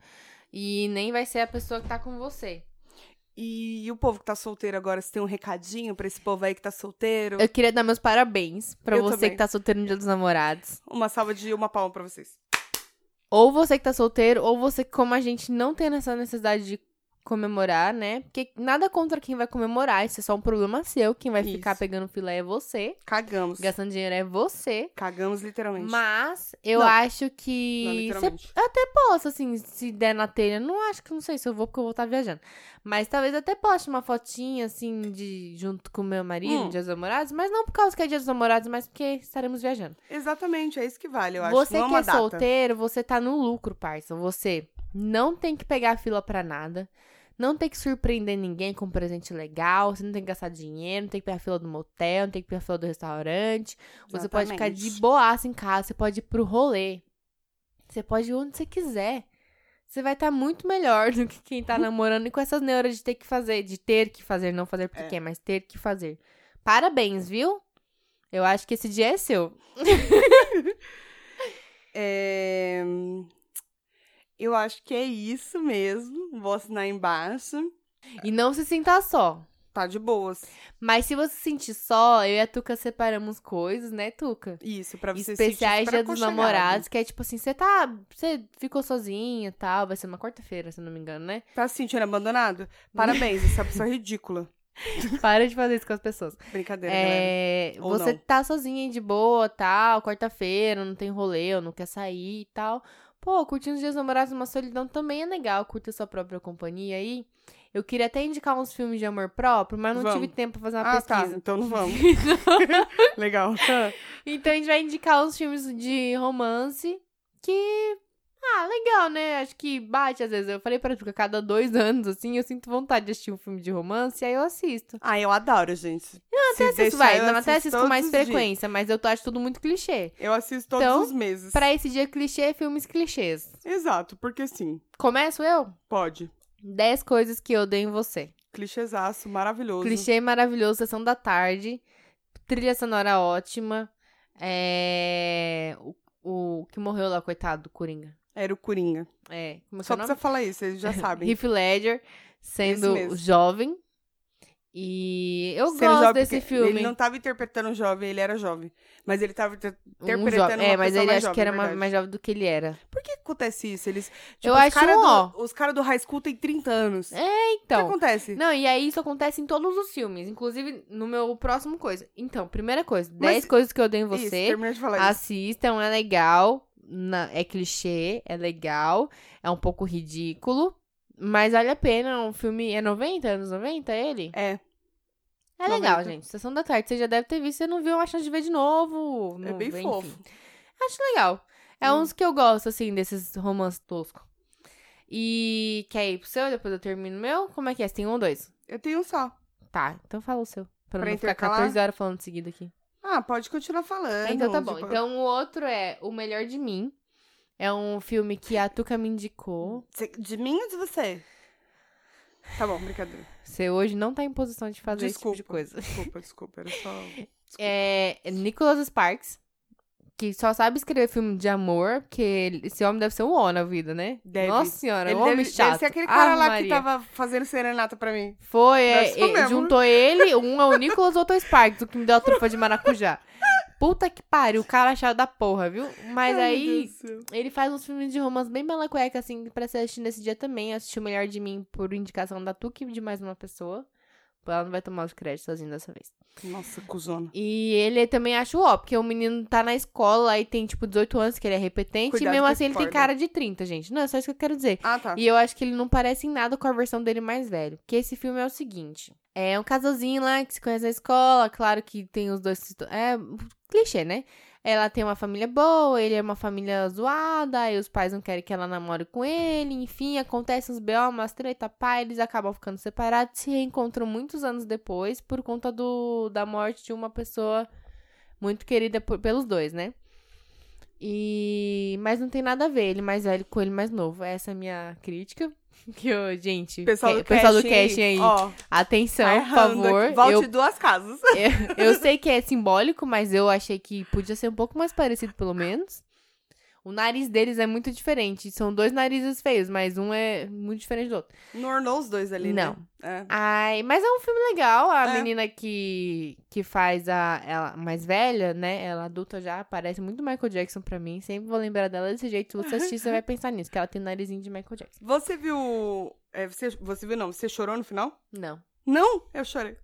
Speaker 1: E nem vai ser a pessoa que tá com você.
Speaker 2: E o povo que tá solteiro agora, você tem um recadinho pra esse povo aí que tá solteiro?
Speaker 1: Eu queria dar meus parabéns pra
Speaker 2: Eu
Speaker 1: você
Speaker 2: também.
Speaker 1: que tá solteiro no Dia dos Namorados.
Speaker 2: Uma salva de uma palma pra vocês.
Speaker 1: Ou você que tá solteiro, ou você que, como a gente, não tem essa necessidade de comemorar, né? Porque nada contra quem vai comemorar, isso é só um problema seu. Quem vai ficar
Speaker 2: Isso.
Speaker 1: pegando fila é você,
Speaker 2: Cagamos.
Speaker 1: gastando dinheiro é você.
Speaker 2: Cagamos literalmente.
Speaker 1: Mas eu
Speaker 2: Não.
Speaker 1: acho
Speaker 2: Não,
Speaker 1: que você
Speaker 2: literalmente.
Speaker 1: possa, assim, se der na telha. Não acho que, não sei se eu vou, porque eu vou estar viajando. Mas talvez até poste uma fotinha, assim, de junto com o meu marido,
Speaker 2: Hum.
Speaker 1: no Dia dos Namorados. Mas não por causa que é Dia dos Namorados, mas porque estaremos viajando.
Speaker 2: Exatamente, é isso que vale, eu acho.
Speaker 1: Você
Speaker 2: não
Speaker 1: que
Speaker 2: uma
Speaker 1: é
Speaker 2: data.
Speaker 1: solteiro, você tá no lucro, parça. Você não tem que pegar fila pra nada. Não tem que surpreender ninguém com um presente legal. Você não tem que gastar dinheiro, não tem que pegar fila do motel, não tem que pegar fila do restaurante. Você pode ficar de
Speaker 2: Exatamente.
Speaker 1: boaça em casa, você pode ir pro rolê. Você pode ir onde você quiser. Você vai estar muito melhor *laughs* do que quem tá
Speaker 2: Uhum.
Speaker 1: namorando e com essas neuras de ter que fazer, de ter que fazer, não fazer porque
Speaker 2: É.
Speaker 1: quer, mas ter que fazer. Parabéns, viu? Eu acho que esse dia é seu.
Speaker 2: É, Eu acho que é isso mesmo. Vou assinar embaixo.
Speaker 1: E não se sinta só.
Speaker 2: Tá de boas.
Speaker 1: Mas se você sentir só, eu e a Tuca separamos coisas, né, Tuca?
Speaker 2: Isso, pra vocês
Speaker 1: Especiais
Speaker 2: dia
Speaker 1: Dia dos Namorados, que é tipo assim, você tá. Você ficou sozinha e tal, vai ser uma quarta-feira, se eu não me engano,
Speaker 2: *laughs*
Speaker 1: né?
Speaker 2: Tá se
Speaker 1: *laughs*
Speaker 2: sentindo abandonado? Parabéns, essa pessoa é ridícula.
Speaker 1: Para de fazer isso com as pessoas.
Speaker 2: Brincadeira, galera.
Speaker 1: É,
Speaker 2: Ou
Speaker 1: você
Speaker 2: não.
Speaker 1: tá sozinha aí de boa, tal, quarta-feira, não tem rolê, ou não quer sair e tal. Pô, curtindo os dias namorados numa solidão também é legal, curta sua própria companhia aí. Eu queria até indicar uns filmes de amor próprio, mas não
Speaker 2: Vamos.
Speaker 1: tive tempo pra fazer uma
Speaker 2: Ah, tá.
Speaker 1: pesquisa.
Speaker 2: Então
Speaker 1: *laughs*
Speaker 2: não vamos. Legal. *laughs*
Speaker 1: Então a gente vai indicar uns filmes de romance que. Ah, legal, né? Acho que bate às vezes. Eu falei pra tu que a cada dois anos, assim, eu sinto vontade de assistir um filme de romance, e aí eu assisto.
Speaker 2: Ah, eu adoro, gente. Não,
Speaker 1: Até assisto, vai. Não, até assisto com mais frequência, mas eu tô, acho tudo muito clichê.
Speaker 2: Eu assisto todos
Speaker 1: Então,
Speaker 2: os meses.
Speaker 1: Pra esse dia clichê, filmes clichês.
Speaker 2: Exato, porque sim.
Speaker 1: Começo eu?
Speaker 2: Pode.
Speaker 1: 10 coisas que eu odeio em você.
Speaker 2: Clichêzaço, maravilhoso.
Speaker 1: Clichê maravilhoso, sessão da tarde. Trilha sonora ótima. É. O, o que morreu lá, coitado, do Coringa.
Speaker 2: Era o Coringa.
Speaker 1: É. Como é que é
Speaker 2: Só
Speaker 1: o nome?
Speaker 2: precisa falar isso,
Speaker 1: *laughs*
Speaker 2: vocês já sabem.
Speaker 1: Heath Ledger sendo
Speaker 2: mesmo.
Speaker 1: jovem. E eu
Speaker 2: Sendo
Speaker 1: gosto
Speaker 2: jovem,
Speaker 1: desse
Speaker 2: porque
Speaker 1: filme.
Speaker 2: Ele não tava interpretando um jovem, ele era jovem. Mas ele tava inter-
Speaker 1: um
Speaker 2: interpretando
Speaker 1: jovem.
Speaker 2: uma
Speaker 1: É, mas
Speaker 2: pessoa
Speaker 1: ele
Speaker 2: mais
Speaker 1: acho
Speaker 2: jovem,
Speaker 1: que era
Speaker 2: é
Speaker 1: ma-
Speaker 2: verdade.
Speaker 1: mais jovem do que ele era.
Speaker 2: Por que acontece isso? Eles, tipo,
Speaker 1: Eu
Speaker 2: os
Speaker 1: acho
Speaker 2: cara
Speaker 1: um
Speaker 2: do,
Speaker 1: ó.
Speaker 2: Os caras do high school têm 30 anos. O que
Speaker 1: Então.
Speaker 2: acontece?
Speaker 1: Não, e aí isso acontece em todos os filmes, inclusive no meu próximo coisa. Então, primeira coisa,
Speaker 2: Mas-
Speaker 1: 10 coisas que eu odeio em
Speaker 2: Isso,
Speaker 1: você.
Speaker 2: termina de falar isso.
Speaker 1: Assistam, é legal. na- é clichê, é legal. É um pouco ridículo. Mas vale a pena, é um filme. É 90? Anos 90 ele?
Speaker 2: É,
Speaker 1: É legal,
Speaker 2: 90.
Speaker 1: gente. Sessão da tarde, você já deve ter visto, você não viu, uma chance de ver de novo.
Speaker 2: é
Speaker 1: não-
Speaker 2: bem
Speaker 1: enfim.
Speaker 2: fofo.
Speaker 1: Acho legal. É
Speaker 2: Hum.
Speaker 1: uns que eu gosto, assim, desses romances toscos. E quer ir pro seu, depois eu termino o meu? Como é que é? Você tem um ou dois?
Speaker 2: Eu tenho um só.
Speaker 1: Tá, então fala o seu. Pra,
Speaker 2: Pra
Speaker 1: não ficar
Speaker 2: intercalar?
Speaker 1: 14 horas falando seguido aqui.
Speaker 2: Ah, pode continuar falando.
Speaker 1: então tá bom.
Speaker 2: tipo,
Speaker 1: Então o outro é O Melhor de Mim. É um filme que a Tuca me indicou.
Speaker 2: cê- De mim ou de você? Tá bom, brincadeira.
Speaker 1: Você hoje não tá em posição de fazer
Speaker 2: Desculpa.
Speaker 1: esse tipo de coisa.
Speaker 2: Desculpa, desculpa. Era
Speaker 1: *laughs*
Speaker 2: só.
Speaker 1: É Nicholas Sparks, que só sabe escrever filme de amor, porque ele- esse homem deve ser um ó na vida, né?
Speaker 2: Deve.
Speaker 1: Nossa senhora,
Speaker 2: Ele
Speaker 1: um homem
Speaker 2: deve,
Speaker 1: chato.
Speaker 2: deve ser aquele cara
Speaker 1: Ave
Speaker 2: lá que
Speaker 1: Maria.
Speaker 2: tava né? fazendo serenata pra mim.
Speaker 1: Foi, é,
Speaker 2: Deve ser
Speaker 1: é,
Speaker 2: mesmo.
Speaker 1: juntou ele, um é o Nicholas, outro é o Sparks, o que me deu a trufa de maracujá. Puta que pariu, o cara chato da porra, viu? Mas
Speaker 2: Ai,
Speaker 1: aí,
Speaker 2: meu Deus do céu.
Speaker 1: ele faz uns filmes de romance bem bela cueca, assim, pra você assistir nesse dia também. Eu assisti o Melhor de Mim por indicação da Tuque de mais uma pessoa. Ela não vai tomar os créditos sozinha dessa vez.
Speaker 2: Nossa, cuzona.
Speaker 1: E ele também acha o ó, porque o menino tá na escola e tem, tipo, 18 anos, que ele é repetente,
Speaker 2: Cuidado
Speaker 1: e mesmo
Speaker 2: que
Speaker 1: assim ele tem
Speaker 2: acorda.
Speaker 1: cara de 30, gente. Não, é só isso que eu quero dizer.
Speaker 2: Ah, tá.
Speaker 1: E eu acho que ele não parece em nada com a versão dele mais velho. Porque esse filme é o seguinte: é um casalzinho lá que se conhece na escola, claro que tem os dois. situ- É clichê, né? Ela tem uma família boa, ele é uma família zoada, e os pais não querem que ela namore com ele, enfim, acontece uns B.O., umas treta, pá, eles acabam ficando separados, se reencontram muitos anos depois por conta do, da morte de uma pessoa muito querida por- pelos dois, né? E... Mas não tem nada a ver ele mais velho com ele mais novo. Essa é a minha crítica. *laughs* Que, ô, gente,
Speaker 2: Pessoal
Speaker 1: que-
Speaker 2: do
Speaker 1: pessoal do
Speaker 2: casting aí,
Speaker 1: casting aí,
Speaker 2: Ó,
Speaker 1: atenção,
Speaker 2: tá
Speaker 1: Então, por
Speaker 2: errando
Speaker 1: favor.
Speaker 2: aqui. Volte
Speaker 1: Eu,
Speaker 2: duas casas. *laughs*
Speaker 1: eu sei que é simbólico, mas eu achei que podia ser um pouco mais parecido, pelo menos. O nariz deles é muito diferente. São dois narizes feios, mas um é muito diferente do outro.
Speaker 2: Não ornou os dois ali,
Speaker 1: Não.
Speaker 2: né? É.
Speaker 1: Ai, mas é um filme legal. A
Speaker 2: É.
Speaker 1: menina que, que faz a ela mais velha, né? Ela adulta já, parece muito Michael Jackson pra mim. Sempre vou lembrar dela desse jeito. Se você assistir, você vai pensar nisso, que ela tem o narizinho de Michael Jackson.
Speaker 2: Você viu... é, você, você viu, não. Você chorou no final?
Speaker 1: Não.
Speaker 2: Não, eu chorei.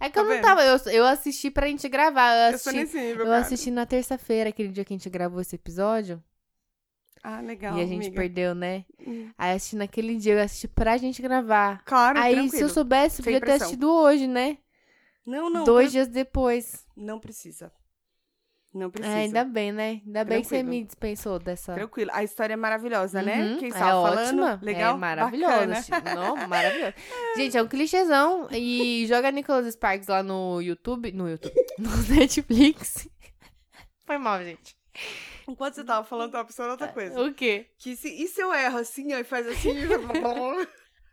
Speaker 1: É que
Speaker 2: Tá
Speaker 1: eu não
Speaker 2: vendo?
Speaker 1: tava. Eu, eu assisti pra gente gravar. Eu
Speaker 2: eu sou
Speaker 1: assisti,
Speaker 2: nesse
Speaker 1: eu
Speaker 2: nível, cara.
Speaker 1: assisti na terça-feira, aquele dia que a gente gravou esse episódio.
Speaker 2: Ah, legal,
Speaker 1: e a gente
Speaker 2: amiga.
Speaker 1: perdeu, né?
Speaker 2: Hum.
Speaker 1: Aí eu assisti naquele dia, eu assisti pra gente gravar.
Speaker 2: Claro,
Speaker 1: Aí,
Speaker 2: tranquilo.
Speaker 1: se eu soubesse, eu
Speaker 2: Sem
Speaker 1: podia ter
Speaker 2: pressão.
Speaker 1: assistido hoje, né?
Speaker 2: Não, não.
Speaker 1: Dois
Speaker 2: pre-
Speaker 1: dias depois.
Speaker 2: Não precisa. Não
Speaker 1: É,
Speaker 2: precisa.
Speaker 1: ainda bem, né? Ainda bem que você
Speaker 2: Tranquilo.
Speaker 1: me dispensou dessa.
Speaker 2: Tranquilo. A história é maravilhosa, né?
Speaker 1: Uhum,
Speaker 2: Quem
Speaker 1: é
Speaker 2: estava falando.
Speaker 1: ótima,
Speaker 2: Legal.
Speaker 1: É maravilhoso.
Speaker 2: Bacana.
Speaker 1: assim,
Speaker 2: *laughs*
Speaker 1: Não, maravilhoso. Gente, é um clichêzão. E joga Nicholas Sparks lá no YouTube. No YouTube. *laughs* No Netflix. Foi mal, gente.
Speaker 2: Enquanto você tava falando, tava pensando
Speaker 1: É.
Speaker 2: outra coisa.
Speaker 1: O quê?
Speaker 2: Que se, e se eu erro assim, ó, e
Speaker 1: *laughs*
Speaker 2: faz assim? *laughs*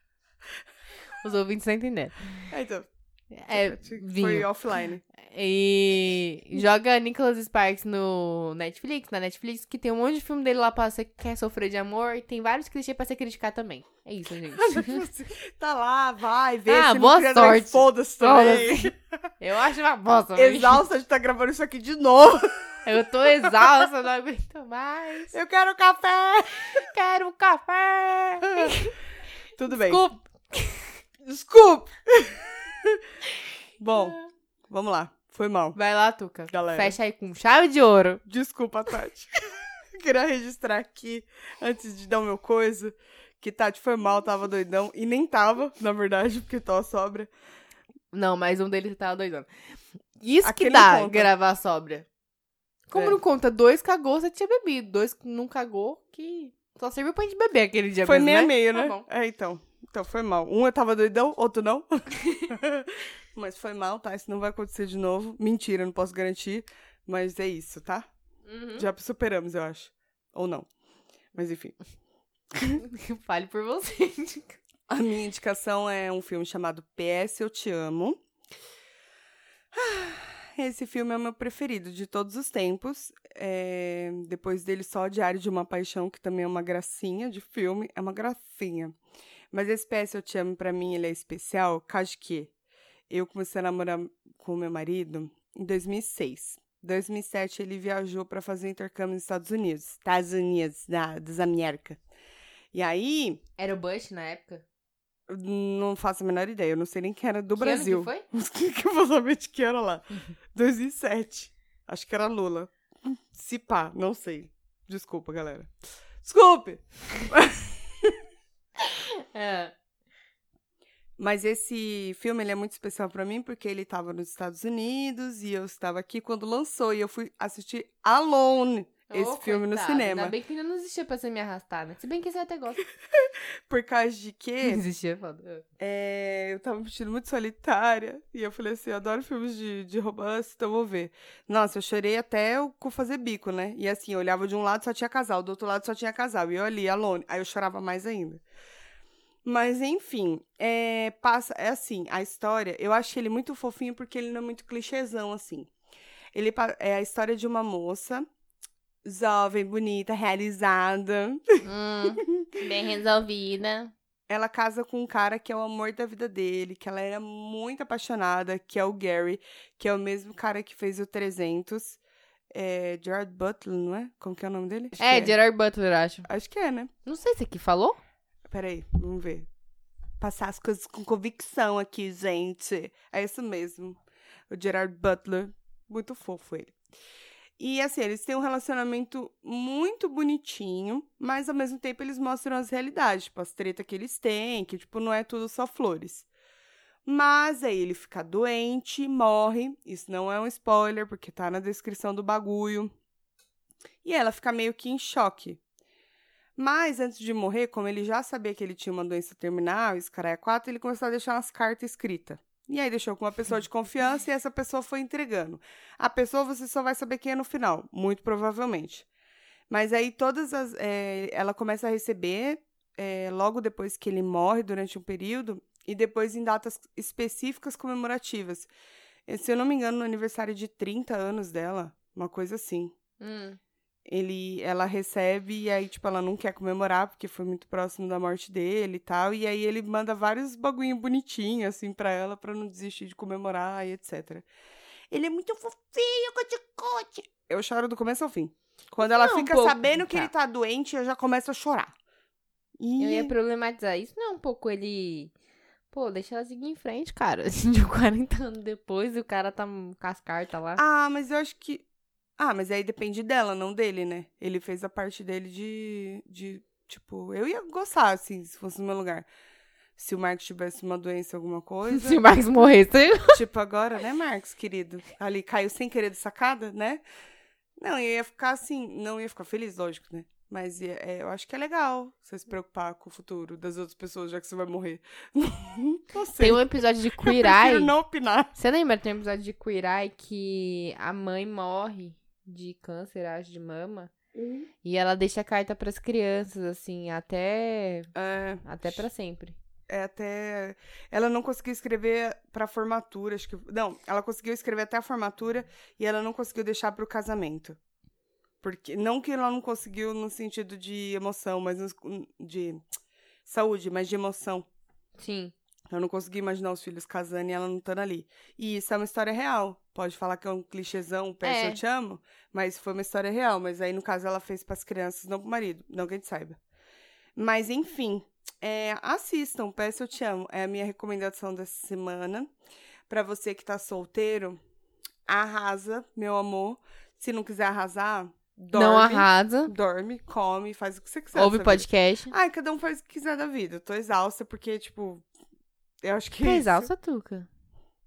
Speaker 1: Os ouvintes não entenderam.
Speaker 2: É, então, tipo,
Speaker 1: É,
Speaker 2: foi
Speaker 1: vinho.
Speaker 2: offline.
Speaker 1: E joga Nicholas Sparks no Netflix, na Netflix, que tem um monte de filme dele lá pra você que quer sofrer de amor. E tem vários clichês pra você criticar também. É isso,
Speaker 2: *laughs*
Speaker 1: gente.
Speaker 2: Tipo assim, tá lá, vai, vê.
Speaker 1: Uhum. Ah,
Speaker 2: se
Speaker 1: boa
Speaker 2: não quiser também,
Speaker 1: sorte.
Speaker 2: Foda-se também.
Speaker 1: Eu acho uma bosta, mas-
Speaker 2: Exausta de estar gravando isso aqui de novo. *laughs*
Speaker 1: Eu tô exausta, não aguento mais.
Speaker 2: Eu quero café.
Speaker 1: Quero um café!
Speaker 2: Tudo bem.
Speaker 1: Desculpa.
Speaker 2: Desculpa. *laughs* Bom, vamos lá. Foi mal.
Speaker 1: Vai lá, Tuca.
Speaker 2: Galera.
Speaker 1: Fecha aí com chave de ouro.
Speaker 2: *laughs* Desculpa, Tati. Eu Queria registrar aqui, antes de dar o meu coisa, que Tati foi mal, tava doidão. E nem tava, na verdade, porque tô a sobra.
Speaker 1: Não, mas um deles tava dois anos. Isso
Speaker 2: Aquele
Speaker 1: que dá
Speaker 2: não conta.
Speaker 1: gravar sóbria. Como
Speaker 2: É.
Speaker 1: não conta? Dois cagou, você tinha bebido. Dois que não cagou, que só serviu pra gente beber aquele dia
Speaker 2: foi
Speaker 1: mesmo,
Speaker 2: meia
Speaker 1: né?
Speaker 2: meia,
Speaker 1: Tá
Speaker 2: né?
Speaker 1: bom.
Speaker 2: É, então. Então foi mal. Um eu tava doidão, outro *laughs* não. mas foi mal, tá? Isso não vai acontecer de novo. Mentira, não posso garantir. Mas é isso, tá?
Speaker 1: Uhum.
Speaker 2: Já superamos, eu acho. Ou não. Mas enfim.
Speaker 1: Uhum. *laughs* Fale por você. Dica.
Speaker 2: *laughs* A minha indicação é um filme chamado PS Eu Te Amo. *sighs* Ah, Esse filme é o meu preferido de todos os tempos. É, Depois dele, só o Diário de uma Paixão, que também é uma gracinha de filme. É uma gracinha. Mas esse PS Eu Te Amo, pra mim, ele é especial. Caso que eu comecei a namorar com meu marido em 2006. 2007 ele viajou para fazer intercâmbio nos Estados Unidos, Estados Unidos, da, das Américas. E aí,
Speaker 1: Era o Bush na época?
Speaker 2: não faço a menor ideia. Eu não sei nem quem era do
Speaker 1: Que
Speaker 2: Brasil. *laughs*
Speaker 1: Ano que
Speaker 2: que eu vou saber de que era
Speaker 1: *laughs*
Speaker 2: lá? 2007. Acho que era Lula. Se pá, não sei. Desculpa, galera. Desculpe!
Speaker 1: foi? É.
Speaker 2: Mas esse filme ele é muito especial pra mim porque ele tava nos Estados Unidos e eu estava aqui quando lançou e eu fui assistir Alone, esse
Speaker 1: Ô,
Speaker 2: filme no
Speaker 1: coitado,
Speaker 2: cinema.
Speaker 1: Ainda bem que ainda não existia pra você me arrastar, né? Se bem que você até gosta.
Speaker 2: Por causa de
Speaker 1: *laughs* Não
Speaker 2: que
Speaker 1: existia, é foda.
Speaker 2: é, eu tava me sentindo muito solitária e eu falei assim: eu adoro filmes de, de romance, então eu vou ver. Nossa, eu chorei até eu co- fazer bico, né? E assim, eu olhava de um lado só tinha casal, do outro lado só tinha casal. E eu ali, alone. Aí eu chorava mais ainda. Mas enfim, é, passa, é assim, a história, eu achei ele muito fofinho porque ele não é muito clichêzão, assim. Ele pa- é a história de uma moça jovem, bonita, realizada.
Speaker 1: Hum,
Speaker 3: Bem resolvida.
Speaker 2: ela casa com um cara que é o amor da vida dele, que ela era muito apaixonada, que é o Gary, que é o mesmo cara que fez o 300. É Gerard Butler, não é? Como que é o nome dele? Acho
Speaker 1: É,
Speaker 2: que
Speaker 1: Gerard Butler, acho.
Speaker 2: Acho que é, né?
Speaker 1: Não sei se aqui falou.
Speaker 2: Peraí, vamos ver. Passar as coisas com convicção aqui, gente. É isso mesmo. O Gerard Butler. Muito fofo ele. E assim, eles têm um relacionamento muito bonitinho, mas ao mesmo tempo eles mostram as realidades, tipo, as tretas que eles têm, que, tipo, não é tudo só flores. Mas aí ele fica doente, morre. Isso não é um spoiler, porque tá na descrição do bagulho. E ela fica meio que em choque. Mas antes de morrer, como ele já sabia que ele tinha uma doença terminal, esse cara é quatro, ele começou a deixar umas cartas escritas. E aí deixou com uma pessoa de confiança e essa pessoa foi entregando. A pessoa você só vai saber quem é no final, muito provavelmente. Mas aí todas as. eh, ela começa a receber eh, logo depois que ele morre, durante um período, e depois em datas específicas comemorativas. Eh, Se eu não me engano, no aniversário de 30 anos dela, uma coisa assim
Speaker 1: Hum.
Speaker 2: ele, ela recebe e aí, tipo, ela não quer comemorar porque foi muito próximo da morte dele e tal. E aí ele manda vários bagulho bonitinho, assim, pra ela, pra não desistir de comemorar e etc. Ele é muito fofinho, coticote. Eu choro do começo ao fim. Quando ela
Speaker 1: Não, um
Speaker 2: fica
Speaker 1: pouco,
Speaker 2: sabendo que
Speaker 1: tá.
Speaker 2: ele tá doente, eu já começo a chorar. E...
Speaker 1: Eu ia problematizar. Isso não é um pouco ele. Pô, deixa ela seguir em frente, cara. *laughs* Assim, De 40 anos depois e o cara tá com as cartas lá.
Speaker 2: Ah, *laughs* mas eu acho que. Ah, mas aí depende dela, não dele, né? Ele fez a parte dele de. de tipo, eu ia gostar, assim, se fosse no meu lugar. Se o Marcos tivesse uma doença, alguma
Speaker 1: *laughs*
Speaker 2: coisa.
Speaker 1: Se o Marcos morresse.
Speaker 2: tipo, agora, né, Marcos, querido? Ali caiu sem querer de sacada, né? Não, eu ia ficar assim. Não ia ficar feliz, lógico, né? Mas ia- é, eu acho que é legal você se preocupar com o futuro das outras pessoas, já que você vai morrer. *laughs* não sei.
Speaker 1: Tem um episódio de
Speaker 2: *laughs* eu
Speaker 1: Queer
Speaker 2: prefiro
Speaker 1: Eye.
Speaker 2: não opinar.
Speaker 1: Você lembra? Tem um episódio de Queer Eye que a mãe morre de câncer, acho, de mama. E ela deixa a carta pras crianças, assim, até.
Speaker 2: É.
Speaker 1: Até pra sempre.
Speaker 2: é até. Ela não conseguiu escrever pra formatura, acho que. Não, ela conseguiu escrever até a formatura e ela não conseguiu deixar pro casamento. Porque. Não que ela não conseguiu no sentido de emoção, mas no- de saúde, mas de emoção.
Speaker 1: Sim.
Speaker 2: Eu não consegui imaginar os filhos casando e ela não estando ali. E isso é uma história real. Pode falar que é um clichêzão, um peço
Speaker 1: É.
Speaker 2: eu te amo, mas foi uma história real. Mas aí, no caso, ela fez pras crianças, não pro marido. Não que a gente saiba. Mas, enfim, é, assistam, peço eu te amo. É a minha recomendação dessa semana. Pra você que tá solteiro, arrasa, meu amor. Se não quiser arrasar, dorme,
Speaker 1: Não arrasa.
Speaker 2: dorme, come, faz o que você quiser.
Speaker 1: Ouve
Speaker 2: sabe?
Speaker 1: podcast.
Speaker 2: Ai, cada um faz o que quiser da vida. Eu tô exausta porque, tipo, eu acho que.
Speaker 1: Que
Speaker 2: isso-
Speaker 1: exalta, Tuca.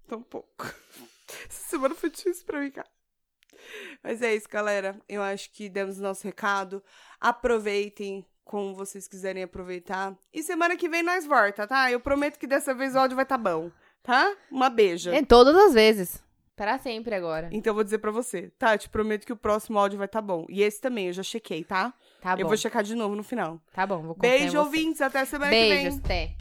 Speaker 2: tão pouco. *laughs* Essa semana foi difícil pra mim, cara. Mas é isso, galera. Eu acho que demos o nosso recado. Aproveitem como vocês quiserem aproveitar. E semana que vem nós volta, tá? Eu prometo que dessa vez o áudio vai tá bom, tá? Uma beija.
Speaker 1: É todas as vezes. Pra sempre agora.
Speaker 2: Então eu vou dizer pra você, tá? Eu te prometo que o próximo áudio vai tá bom. E esse também, eu já chequei, tá?
Speaker 1: Tá bom.
Speaker 2: eu vou checar de novo no final.
Speaker 1: Tá bom, vou confiar em
Speaker 2: Beijo,
Speaker 1: você.
Speaker 2: ouvintes. Até semana que vem.
Speaker 1: Beijos, até.